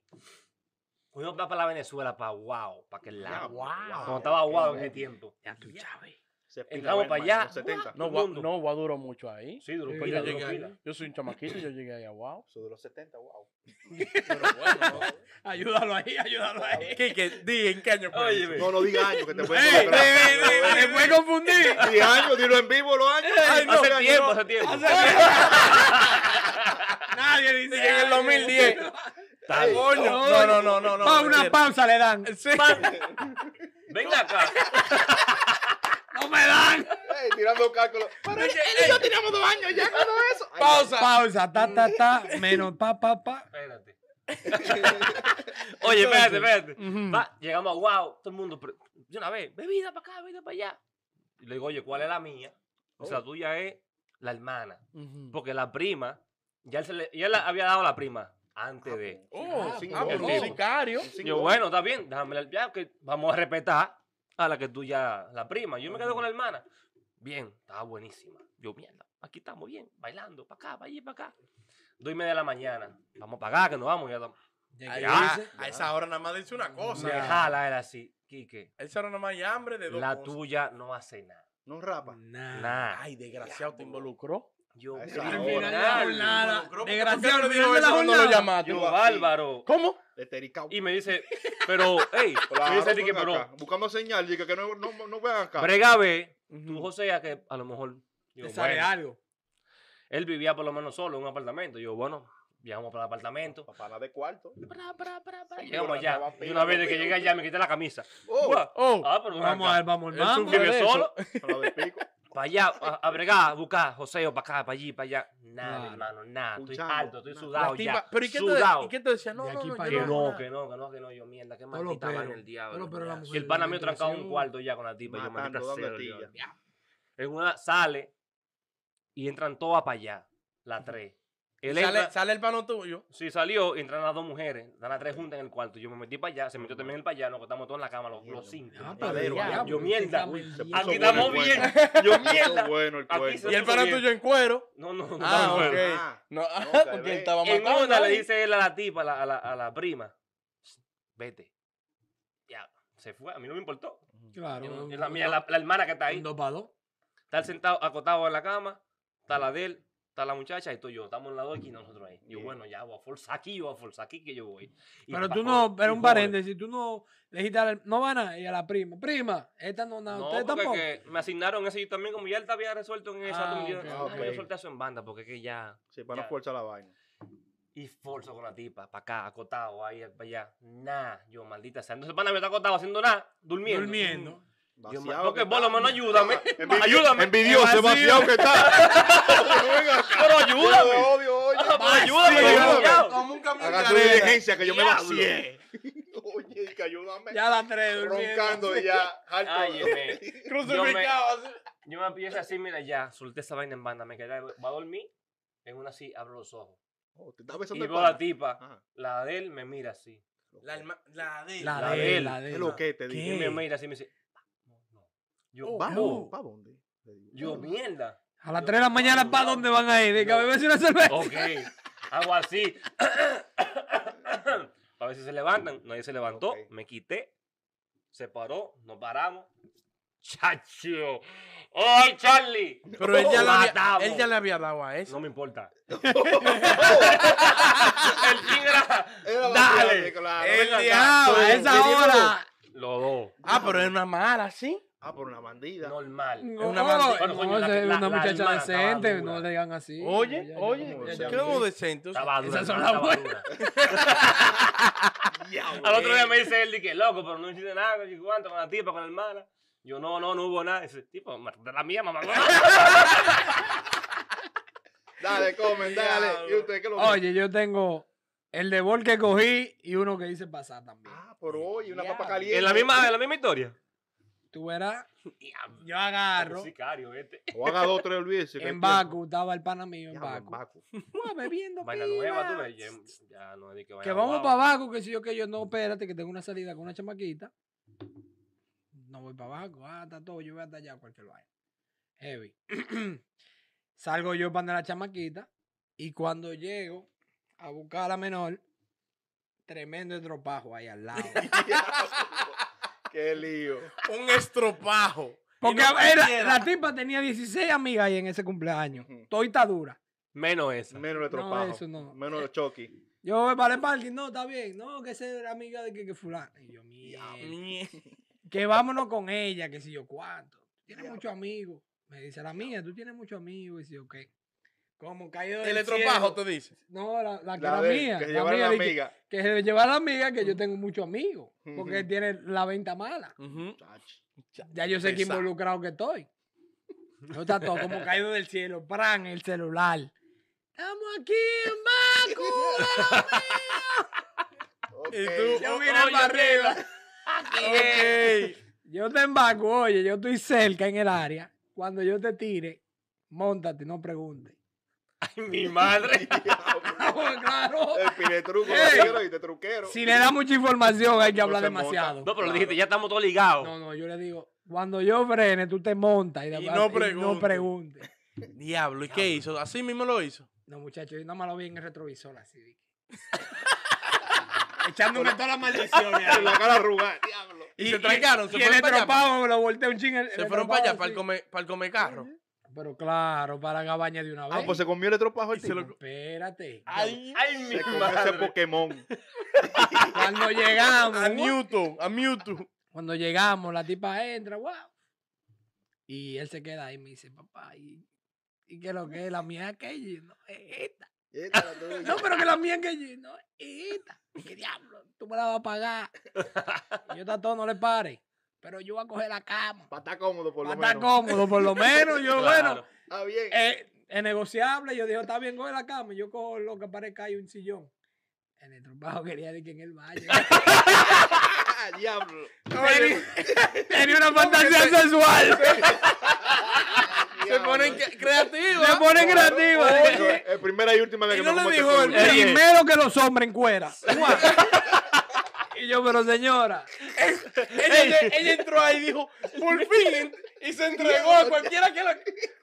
S3: Fuimos para la Venezuela, para Guau, para aquel lado. Cuando
S1: Wow.
S3: estaba Guau en ese tiempo.
S1: Ya tú sabes.
S4: Se pila,
S3: Entramos
S4: bueno,
S3: para allá.
S4: los 70.
S1: No,
S3: Todo
S1: Gua-
S3: mundo.
S1: no, Gua duró mucho ahí.
S3: Sí, duró
S2: Sí,
S1: Pues yo
S3: pila,
S1: llegué
S3: duró
S1: ahí.
S3: pila.
S1: Yo soy un chamaquito, yo llegué ahí a wow.
S4: Eso de los 70, wow.
S1: Pero bueno,
S2: Ayúdalo ahí, ayúdalo ahí.
S1: Quique, di en qué año fue
S3: Oye,
S1: eso?
S3: ve.
S4: No, no diga años que te pueden
S2: Ey,
S4: encontrar.
S2: ey, ey, ey, me puede confundir.
S4: Y años, dilo en vivo los años.
S1: Ay,
S4: Ay,
S1: no,
S4: no,
S3: Hace
S1: no,
S3: tiempo,
S1: no.
S3: hace tiempo.
S2: Nada, nadie dice.
S1: que en el
S2: "Ay,
S1: 2010".
S2: Dios.
S3: Está bien.
S1: Coño. No, no, no, no. no
S2: Pa, una
S1: mentira.
S2: pausa le dan.
S1: Sí.
S3: Venga acá.
S2: No me dan.
S4: Ey, tirando cálculos. Pero él, él y yo teníamos dos años ya cuando eso. Ay, Ah,
S1: Pausa.
S2: Pausa, ta,
S3: Mm.
S2: ta, ta, menos pa, pa, pa.
S3: Espérate. Oye, espérate, espérate.
S2: mm.
S3: Va, llegamos a wow, todo el mundo pero, de una vez, bebida para acá, bebida para allá. Y le digo, oye, ¿cuál es la mía? O sea, la tuya es la hermana.
S1: Ujú.
S3: Porque la prima, ya él, se le, ya él la había dado a la prima antes de.
S1: Oh,
S4: Ah,
S1: ah, pero
S3: sí.
S1: un sicario.
S4: un cinco
S3: Yo, bueno, está bien, déjame la- ya que vamos a respetar a la que tú ya, la prima. Yo me quedo con la hermana. Bien, estaba buenísima. Yo, mierda, aquí estamos bien, bailando, para acá, para allí, para acá. Dos y media de la mañana. Vamos para acá, que nos vamos. Ya, estamos.
S1: Ay,
S3: Ya,
S1: dice,
S3: ya.
S1: A esa hora nada más dice una cosa.
S3: Me
S2: Ya.
S1: A
S3: jala era así, Quique.
S1: esa hora nada más hay hambre de dos
S3: La
S1: cosas.
S3: tuya no hace nada.
S4: No rapa.
S2: Nah.
S3: Nada.
S1: Ay, desgraciado, te involucró.
S3: Yo,
S4: Ah, Ay,
S3: Cristo,
S4: al
S2: Al
S4: No,
S2: final de
S3: nada.
S2: la jornada,
S1: Involucró, porque
S2: Desgraciado,
S1: ¿por qué no
S2: al
S1: le
S2: final
S1: dijo
S2: de la
S1: eso cuando lo
S2: jornada.
S1: llamaste?
S3: Yo,
S4: así.
S3: bárbaro.
S1: ¿Cómo?
S4: Detericado.
S3: Y me dice, pero, hey, me
S4: Claro,
S3: dice de que,
S4: venga acá,
S3: pero,
S4: Buscando señal, diga que no, no, no vean acá.
S3: brega ve, tú,
S1: Ujú.
S3: José, a que a lo mejor, yo,
S2: Te sabe
S3: bueno,
S2: algo.
S3: él vivía por lo menos solo en un apartamento. Yo, bueno, llegamos para el apartamento.
S4: Papá de cuarto.
S3: Pra, pra, pra, pra,
S4: Sí,
S3: Llegamos
S4: yo la
S3: allá.
S4: andaba
S3: Y
S4: pila,
S3: una vez de que
S4: papi.
S3: llegué allá, me quité la camisa.
S4: Oh,
S3: Guau.
S1: Oh,
S3: Ah, pero
S2: Vamos al vamos al
S1: Él
S2: mambo.
S1: sufrió
S3: vivió
S1: de eso.
S3: solo.
S4: para de pico.
S3: Para allá, a, a bregar, a buscar, José, o para acá, para allí, para allá. Nada,
S2: Claro.
S3: hermano, nada. Estoy
S4: Luchando,
S3: alto, estoy
S4: nada.
S3: sudado
S1: la timba-
S3: ya.
S1: Pero ¿y qué, te,
S3: sudado.
S1: ¿y qué te decía? No,
S2: De
S1: no,
S2: aquí
S1: no,
S2: para
S1: yo
S3: Que
S2: allá.
S1: hago
S3: no,
S1: nada.
S3: que no, que no, que no, yo mierda, que
S2: Todo lo
S3: maldita
S2: pero,
S3: vaina el
S2: todo
S3: diablo.
S2: lo pero la
S3: ya.
S2: mujer
S3: y el pana
S2: de
S3: mío trancado en un
S2: migración.
S3: cuarto ya con la tipa, yo maldita
S4: Matando, dando
S3: sea,
S4: tilla.
S3: Dios. En una sale y entran todas para allá, las tres. Él
S1: Sale,
S3: entra-
S1: sale el pano tuyo.
S3: sí, salió, entran las dos mujeres, están las tres juntas en el cuarto. Yo me metí para allá, se metió también el para allá, nos acostamos todos en la cama, los, los cinco.
S2: Ah,
S4: pero
S2: padero,
S4: ya,
S2: allá,
S3: yo,
S2: porque
S3: mierda,
S2: estamos
S3: uy,
S2: en
S4: se
S2: día.
S4: puso
S3: Aquí
S4: bueno
S3: estamos
S4: el
S3: bien,
S4: cuento.
S3: yo
S4: Puso
S3: mierda.
S4: bueno el
S3: Aquí
S4: cuento.
S3: se-
S1: Y el pano
S3: bien.
S1: tuyo en cuero.
S3: No, no, no.
S1: Ah,
S3: no,
S1: ok.
S3: bueno.
S4: Ah,
S1: No,
S4: no, tal
S1: porque él
S4: vez.
S1: estaba
S3: En
S1: matando
S3: una le
S1: ahí.
S3: dice él a la tipa, a la, a la, a la prima, vete. Ya, se fue, a mí no me importó.
S2: Claro.
S3: Y la, mía, la- la hermana que está ahí.
S2: Un dos pa' dos.
S3: Está él sentado, acotado en la cama, está la de él, está la muchacha y estoy yo. Estamos en la dos y nosotros ahí. Yo,
S4: Bien.
S3: bueno, ya voy a forzar aquí, yo voy a forzar aquí que yo voy. Y
S2: Pero
S3: pa-
S2: tú no,
S3: joder,
S2: pero
S3: y
S2: un
S3: joder.
S2: paréntesis, tú no le dijiste a la, no van a y a la prima. Prima, esta no, no,
S3: No,
S2: usted
S3: porque
S2: tampoco.
S3: que me asignaron eso yo también, como ya él te había resuelto en esa,
S2: Ah,
S3: tú- yo,
S2: ok,
S3: déjame
S4: ok.
S3: yo solté eso en banda, porque es que ya...
S4: Sí, para
S3: Ya.
S4: no forzar la vaina.
S3: Y forzo con la tipa, para acá, acotado, ahí, para allá. Nada, yo, maldita sea. Entonces, pana, yo está acotado haciendo nada, durmiendo.
S2: Durmiendo.
S3: Yo,
S4: Vaciado
S3: porque
S4: que
S3: por lo
S4: está.
S3: menos ayúdame.
S4: Envidio-
S3: ayúdame.
S4: Envidioso,
S2: Es vacío.
S4: vaciado que está.
S3: Pero
S4: Ayúdame.
S3: ayúdame.
S4: Odio, odio.
S3: Ah, pero
S4: Sí,
S3: ayúdame.
S4: ayúdame.
S3: desgraciado.
S1: Como un camión
S4: Haga
S1: de
S4: tu
S1: arena.
S4: diligencia que yo me
S3: Diablo.
S4: vacié. Oye, y que ayúdame.
S2: Ya la tres durmiendo.
S4: Roncando ya. harto.
S3: Óyeme.
S1: Crucificado así.
S3: Yo me empiezo así, mira, ya, solté esa vaina en banda, me quedé, voy a dormir, en una así, abro los ojos.
S4: Oh, te está besando
S3: Y
S4: el
S3: veo a la
S4: pana.
S3: tipa,
S4: Ajá.
S3: la de él me mira así.
S1: La, alma- la de
S2: La,
S3: La
S2: de
S3: de
S2: él,
S3: él.
S2: la de
S4: Es
S2: él.
S4: lo que te
S3: Y
S4: dije.
S2: ¿Qué?
S3: me mira así y me dice, "Ah, no, no". Yo,
S1: Oh,
S4: Vamos,
S2: no.
S4: ¿para dónde? Le digo,
S3: yo,
S4: "Vamos".
S3: mierda.
S2: A las 3 de la mañana, ¿para dónde van a ir? De que a beberse una cerveza.
S3: Ok, hago así. a ver si se levantan. Nadie se levantó,
S4: Ok.
S3: me quité, se paró, nos paramos. ¡Chacho! ¡Ay, Charlie!
S1: Pero él ya, le había,
S3: Matamos.
S1: él ya le había dado a eso.
S3: No me importa. El tigre era,
S4: Era vaciado,
S3: ¡Dale!
S4: claro.
S1: El
S3: venga acá.
S1: diablo, a esa
S4: Venga acá.
S1: hora.
S3: Los dos.
S1: Ah, pero es una mala, ¿sí?
S4: Ah, por una bandida.
S3: Normal.
S2: No,
S1: una
S2: no,
S1: bandera.
S2: no,
S3: Bueno, coño,
S2: esa es
S3: la-
S2: una
S3: la
S2: muchacha
S3: hermana estaba
S2: decente,
S3: dura.
S2: no le digan así.
S1: Oye,
S2: Ya, ya,
S1: oye,
S2: ya,
S4: ¿cómo
S2: ya,
S4: se
S2: ya.
S4: llama?
S1: quedamos decentes.
S3: Estaba dura.
S2: Esas son
S3: hermano,
S2: las
S3: estaba
S4: Ah,
S3: dura. Al otro día me dice él, dije, loco, pero no hiciste nada, ¿y cuánto? Con la tipa, con la hermana. Yo, no, no, no hubo nada. Dice, tipo, de la mía, mamá.
S4: Dale, comen, dale.
S1: Diablo.
S4: ¿Y usted qué lo
S2: Oye, yo tengo el de bol que cogí y uno que hice pasar también.
S4: Ah, por hoy, una
S1: Diablo.
S4: papa caliente.
S3: ¿En la misma, en la misma historia?
S2: Tú verás,
S4: Ah,
S3: Diablo,
S4: pues
S2: yo agarro.
S3: Sicario, este.
S4: O haga dos, tres, olvídese. que hay
S2: En
S4: tiempo.
S2: Baku, estaba el pana mío en
S4: Diablo, en
S2: Baku.
S4: Baku.
S2: Estaba bebiendo
S3: Vaina
S2: piba.
S3: nueva, tú ves. Ya, ya no es de que vaina
S2: Que vamos
S3: guau.
S2: para Baku, que si yo que yo no, espérate, que tengo una salida con una chamaquita. No voy para Baku, ah, está todo, yo voy hasta allá, cualquier vaina. Heavy. Salgo yo para la chamaquita y cuando llego a buscar a la menor, tremendo estropajo ahí al lado.
S4: Qué lío.
S1: Un estropajo.
S2: Porque
S1: Y no
S2: era-
S1: cualquiera.
S2: la tipa tenía 16 amigas ahí en ese cumpleaños.
S4: Ujú.
S2: Toita dura.
S3: Menos esa.
S4: Menos el
S2: No,
S4: tropajo.
S2: eso no.
S4: Menos el choqui.
S2: Yo voy para el parking, no, está bien. No, que esa era amiga de que, que fulano. Y yo, mierda. que vámonos con ella, que si yo cuánto. Tiene muchos amigos. Me dice la mía, tú tienes muchos amigos. Y si yo, ¿qué? Como caído del
S1: Electropajo
S2: cielo.
S1: te dice.
S2: No, la, la, Ah, que
S4: La
S2: era mía. la mía,
S4: de él, que se llevaron la
S2: de que-
S4: amiga.
S2: Que se lleva la amiga, que yo tengo muchos amigos.
S4: Ujú.
S2: Porque él tiene la venta mala.
S1: Ujú.
S4: Chacho.
S2: Ya yo sé que
S1: Pesado.
S2: involucrado que estoy. No está todo como caído del cielo. Pran, el celular. Estamos aquí en Bacu.
S4: Ok.
S1: Y tú,
S2: Yo
S1: oh,
S2: miré
S1: oye,
S2: para arriba.
S1: ok.
S2: Yo te embarco, oye, yo estoy cerca en el área. Cuando yo te tire, montate, no preguntes.
S3: Ay, mi madre.
S2: Ah, bueno, claro.
S4: El piletruco,
S2: Ey.
S4: truco, y te truquero.
S2: Si le da mucha información, hay que
S4: No
S2: hablar
S4: se
S2: demasiado.
S3: No, pero
S4: Claro.
S3: le dijiste, ya estamos todos ligados.
S2: No, no, yo le digo, cuando yo frene, tú te montas y, de-
S1: Y no
S2: no
S1: preguntes.
S2: preguntes.
S1: Diablo, ¿y qué hizo? Así mismo lo hizo.
S2: No, muchacho, yo nada más lo vi en el retrovisor así. vi. Echándome todas las maldiciones. ahí.
S4: En la cara arrugada. Diablo.
S1: Y se trancaron,
S2: y
S1: se
S2: el
S1: fueron para allá.
S2: estropajo me lo volteé un ching. el-
S1: Se
S2: el
S1: fueron para allá,
S2: estropajo,
S1: para el
S2: sí.
S1: come, para el come carro.
S2: Pero claro, para la cabaña de una vez.
S4: Ah, pues se comió el estropajo el
S1: Y se lo-
S4: tipo.
S2: Espérate.
S3: Ay, mi
S4: Se comió ese
S3: madre.
S4: Pokémon.
S2: Cuando llegamos,
S1: Ah, A Newton, a Mewtwo.
S2: cuando llegamos, la tipa entra, wow. Y él se queda ahí y me dice, papá, ¿y, y qué lo que es? La mía es aquella, no es esta.
S4: Esta la tuya.
S2: No, pero que la mía es aquella, no es esta. ¿Qué diablo? Tú me la vas a pagar. Y yo está todo, no le pare. Pero yo voy a coger la cama.
S4: Para estar cómodo, por
S2: Para
S4: lo
S2: estar
S4: menos.
S2: cómodo, por lo menos. Yo, bueno,
S3: Claro.
S4: Ah, bien.
S2: eh, es negociable. Yo dije, está bien, coge la cama. Yo cojo lo que aparezca ahí, un sillón. En el trabajo quería decir que en el baño.
S4: Ah, diablo.
S2: Tenía- Tenía una fantasía sexual.
S1: Se ponen
S4: Diablo.
S1: que- creativos.
S2: Se ponen
S4: Claro,
S2: creativos.
S4: oye,
S2: Oye,
S4: eh, primera y última vez
S1: y
S4: que
S1: no
S4: me
S1: le
S4: como
S1: dijo
S4: este
S1: el-
S2: eh,
S4: culo.
S1: Oye.
S2: Primero que los hombres en cuera. Y yo, pero señora.
S1: Ella, ella- ella entró ahí y dijo, por fin. Y se entregó a cualquiera que la.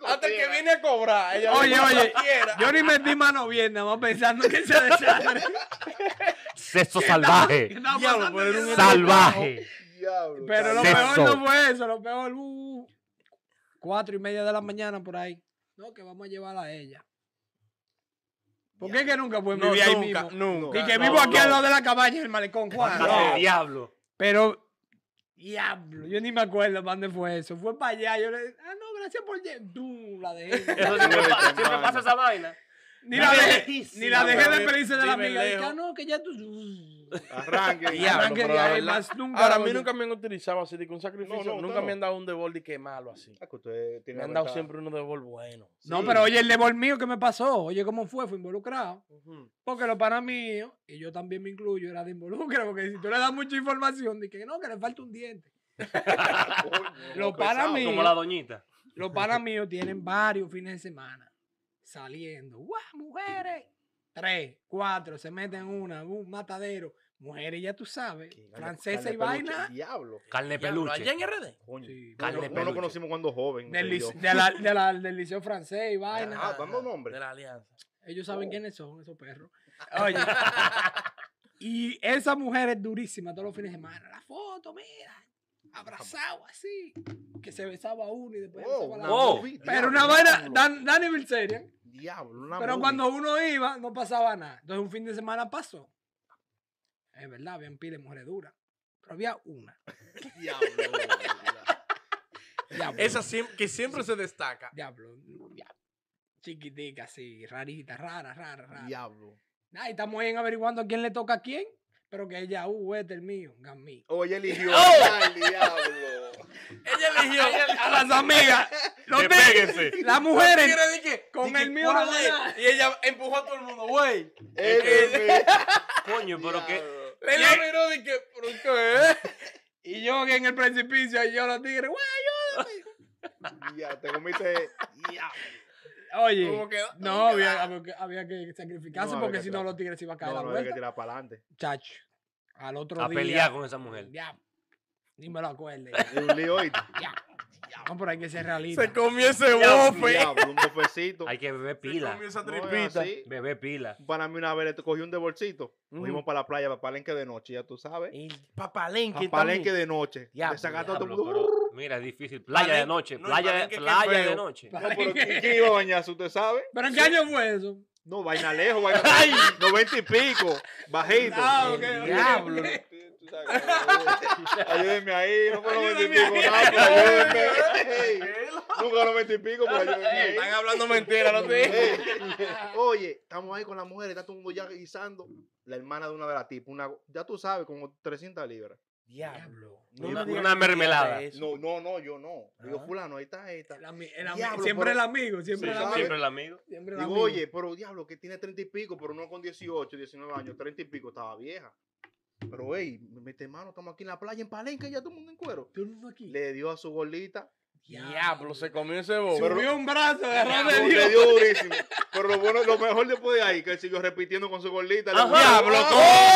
S1: Hasta el que viene a cobrar. Ella
S2: Oye,
S1: dijo,
S2: oye.
S1: cualquiera.
S2: Yo ni metí mano bien, nada más pensando que se desastre.
S3: Sexo salvaje.
S2: Estaba
S1: Diablo,
S2: pasando
S1: pero era
S2: bien.
S1: un
S3: Salvaje.
S4: Diablo,
S2: Pero lo
S4: cabrón.
S2: peor
S3: Sexo.
S2: no fue eso, lo peor. uh, cuatro y media de la mañana por ahí. No, que vamos a llevarla a ella. ¿Por qué que nunca fue
S1: No,
S2: vivir ahí
S1: nunca,
S2: mismo?
S1: nunca.
S2: Y que
S3: No,
S2: vivo aquí
S3: no.
S2: al lado de la cabaña en el malecón, Juan.
S4: No.
S3: Madre, diablo.
S2: Pero, diablo, yo ni me acuerdo para dónde fue eso. Fue para allá. Yo le dije, ah, no, gracias por lle-". Tú, la dejé.
S3: Eso siempre,
S4: Oye,
S3: pa- siempre
S4: hermano.
S3: pasa esa vaina.
S2: ni la dejé,
S3: Lejísima,
S2: ni la dejé
S1: bro.
S2: de pedirse de la
S1: Vive
S2: amiga. Dije,
S1: lejos.
S2: ah, no, que ya tú.
S4: Arranque.
S1: Diablo,
S2: Arranque
S4: pero
S2: de
S4: la
S2: ahí,
S4: verdad-
S2: más nunca.
S1: Ahora, a
S2: lo
S1: mí
S2: volví.
S1: nunca me han utilizado así, de que un sacrificio.
S4: No, no,
S1: nunca
S4: usted
S1: me
S4: no.
S1: han dado un devol de que malo así.
S4: Ah, que usted tiene
S1: Me han
S4: la
S1: dado
S4: ventaja.
S1: siempre uno devol bueno.
S2: No,
S4: Sí.
S2: pero oye, el devol mío que me pasó. Oye, ¿cómo fue? Fue involucrado. Porque los panas míos, y yo también me incluyo, era de involucra. Porque si tú le das mucha información, de que no, que le falta un diente.
S4: Coño,
S2: Lo
S4: pesado.
S2: para mí.
S3: Como la doñita.
S2: Los panas míos tienen varios fines de semana saliendo. ¡Guau, mujeres! Tres, cuatro, se meten una, un matadero. Mujeres, ya tú sabes,
S4: Qué gana-
S2: francesa y
S4: carne peluche,
S2: vaina.
S4: Diablo.
S3: Carne
S1: Diablo,
S3: peluche.
S1: Allá en RD.
S4: Coño.
S2: Sí,
S4: Bueno,
S3: Carne
S4: no lo
S3: peluche.
S4: conocimos cuando joven.
S2: Del,
S4: usted y yo.
S2: lice- de la- de la- del liceo francés y vaina.
S4: Ah, dando nombre.
S1: De la alianza.
S2: Ellos saben
S4: Oh.
S2: quiénes son, esos perros. Oye. y esa mujer es durísima todos los fines de semana. La foto, mira. Abrazado así. Que se besaba uno y después
S4: Wow,
S2: besaba
S4: una
S2: la otra.
S3: Oh.
S4: movie,
S2: Pero
S4: diablo,
S2: una vaina,
S4: diablo,
S2: Dan- Dani Bilzerian.
S4: Diablo, una
S2: Pero
S4: movie.
S2: cuando uno iba, no pasaba nada. Entonces un fin de semana pasó. Es verdad, habían pile mujeres duras. Pero había una.
S4: Diablo,
S2: Diablo.
S1: Esa siem- que siempre se destaca.
S2: Diablo. diablo. Chiquitica, así, rarita, rara, rara, rara.
S4: diablo.
S2: Nah, y estamos ahí en averiguando a quién le toca a quién. Pero que ella, uh, este es el mío, gamí.
S4: Oye, eligió.
S3: Oh.
S4: Ay, diablo.
S1: Ella eligió.
S2: A las amigas. Los
S3: Despéguense.
S2: tigres, las mujeres.
S1: Tigre, di que-
S2: con
S1: di que,
S2: el mío no
S1: ¿cuál
S2: voy
S1: es?
S2: a-
S1: Y ella empujó a todo el mundo, güey.
S4: Este
S3: Coño,
S4: me-
S3: pero que.
S4: diablo.
S1: Le la miró y que, ¿por qué?
S2: Y yo que en el precipicio, y yo los tigres, güey,
S4: Ya, te comiste. Diablo.
S2: ayúdame. Oye.
S1: Como que,
S2: No, había, había- había que sacrificarse
S4: No, había
S2: porque
S4: que
S2: si no
S4: tirar.
S2: los tigres se iban a caer
S4: No,
S2: la
S4: no, hay
S2: vuelta.
S4: que tirar para adelante.
S2: Chacho. Al otro
S3: A
S2: día.
S3: pelear con esa mujer.
S2: Ya. Ni me lo acuerde.
S4: Es un lío hoy.
S2: Ya. ya. No, pero hay que ser realista.
S1: Se comió ese
S3: Ya,
S1: bofe.
S4: Diablo, un bofecito.
S3: Hay que beber
S1: Se
S3: pila.
S1: comió esa
S4: No, es
S1: tripita.
S4: así.
S3: Beber pila.
S4: Para mí una vez le cogí un de bolsito.
S1: Ujú.
S4: Fuimos para la playa, para Palenque de noche, ya tú sabes.
S1: El papalenque.
S4: Palenque
S1: también.
S4: de noche.
S1: Diablo,
S4: Desacató a todo el
S3: Diablo,
S4: mundo.
S3: pero Mira, es difícil. Playa de
S1: Palenque-
S3: noche.
S1: no, y
S3: Playa,
S1: Palenque, qué
S3: playa de
S1: feo.
S3: noche.
S4: No, pero ¿quién quién iba a bañarse? ¿Usted sabe?
S2: ¿Pero en qué año fue eso?
S4: No, vaina lejos, vaina ¡Ay! 90 y pico, bajito.
S2: Ah, ok,
S1: El
S2: ok.
S1: diablo.
S4: Tú sabes, ayúdenme ahí, no puedo 90 y
S1: Ayúdame
S4: pico,
S1: ahí.
S4: nada, pero ayúdenme.
S1: Ay,
S4: Nunca los 20 y pico, pero yo viví ahí.
S1: Están hablando mentiras los tigres.
S4: Ey, Oye, estamos ahí con las mujeres, está todo el mundo ya guisando. La hermana de una de las tipas, una, ya tú sabes, como 300 libras.
S2: Diablo.
S1: No me
S3: Una-
S1: digas
S3: una
S1: que tú
S3: mermelada.
S1: hiciste eso.
S4: No, no, no, yo no. Digo,
S1: Ajá.
S4: fulano, ahí está esta.
S2: El ami- el ami-
S4: Diablo,
S2: siempre
S4: pero-
S2: el amigo, siempre
S4: Sí,
S2: el amigo.
S3: Siempre el amigo.
S2: siempre el
S4: Digo,
S2: amigo.
S4: oye, pero diablo, que tiene 30 y pico, pero no con 18, 19 años, 30 y pico, estaba vieja. Pero, ey, mete mano, estamos aquí en la playa, en Palenque, ya todo el mundo en cuero.
S2: Todo el mundo aquí.
S4: Le dio a su bolita.
S1: Diablo, se comió ese bobo.
S4: Pero-
S2: Subió un brazo, agarró
S4: Le
S2: de
S4: dio,
S2: Dios.
S4: durísimo. Pero lo bueno, lo mejor después de ahí, que él siguió repitiendo con su gordita.
S3: Ajá.
S1: ¡Diablo,
S4: ¡Ah!
S1: todo!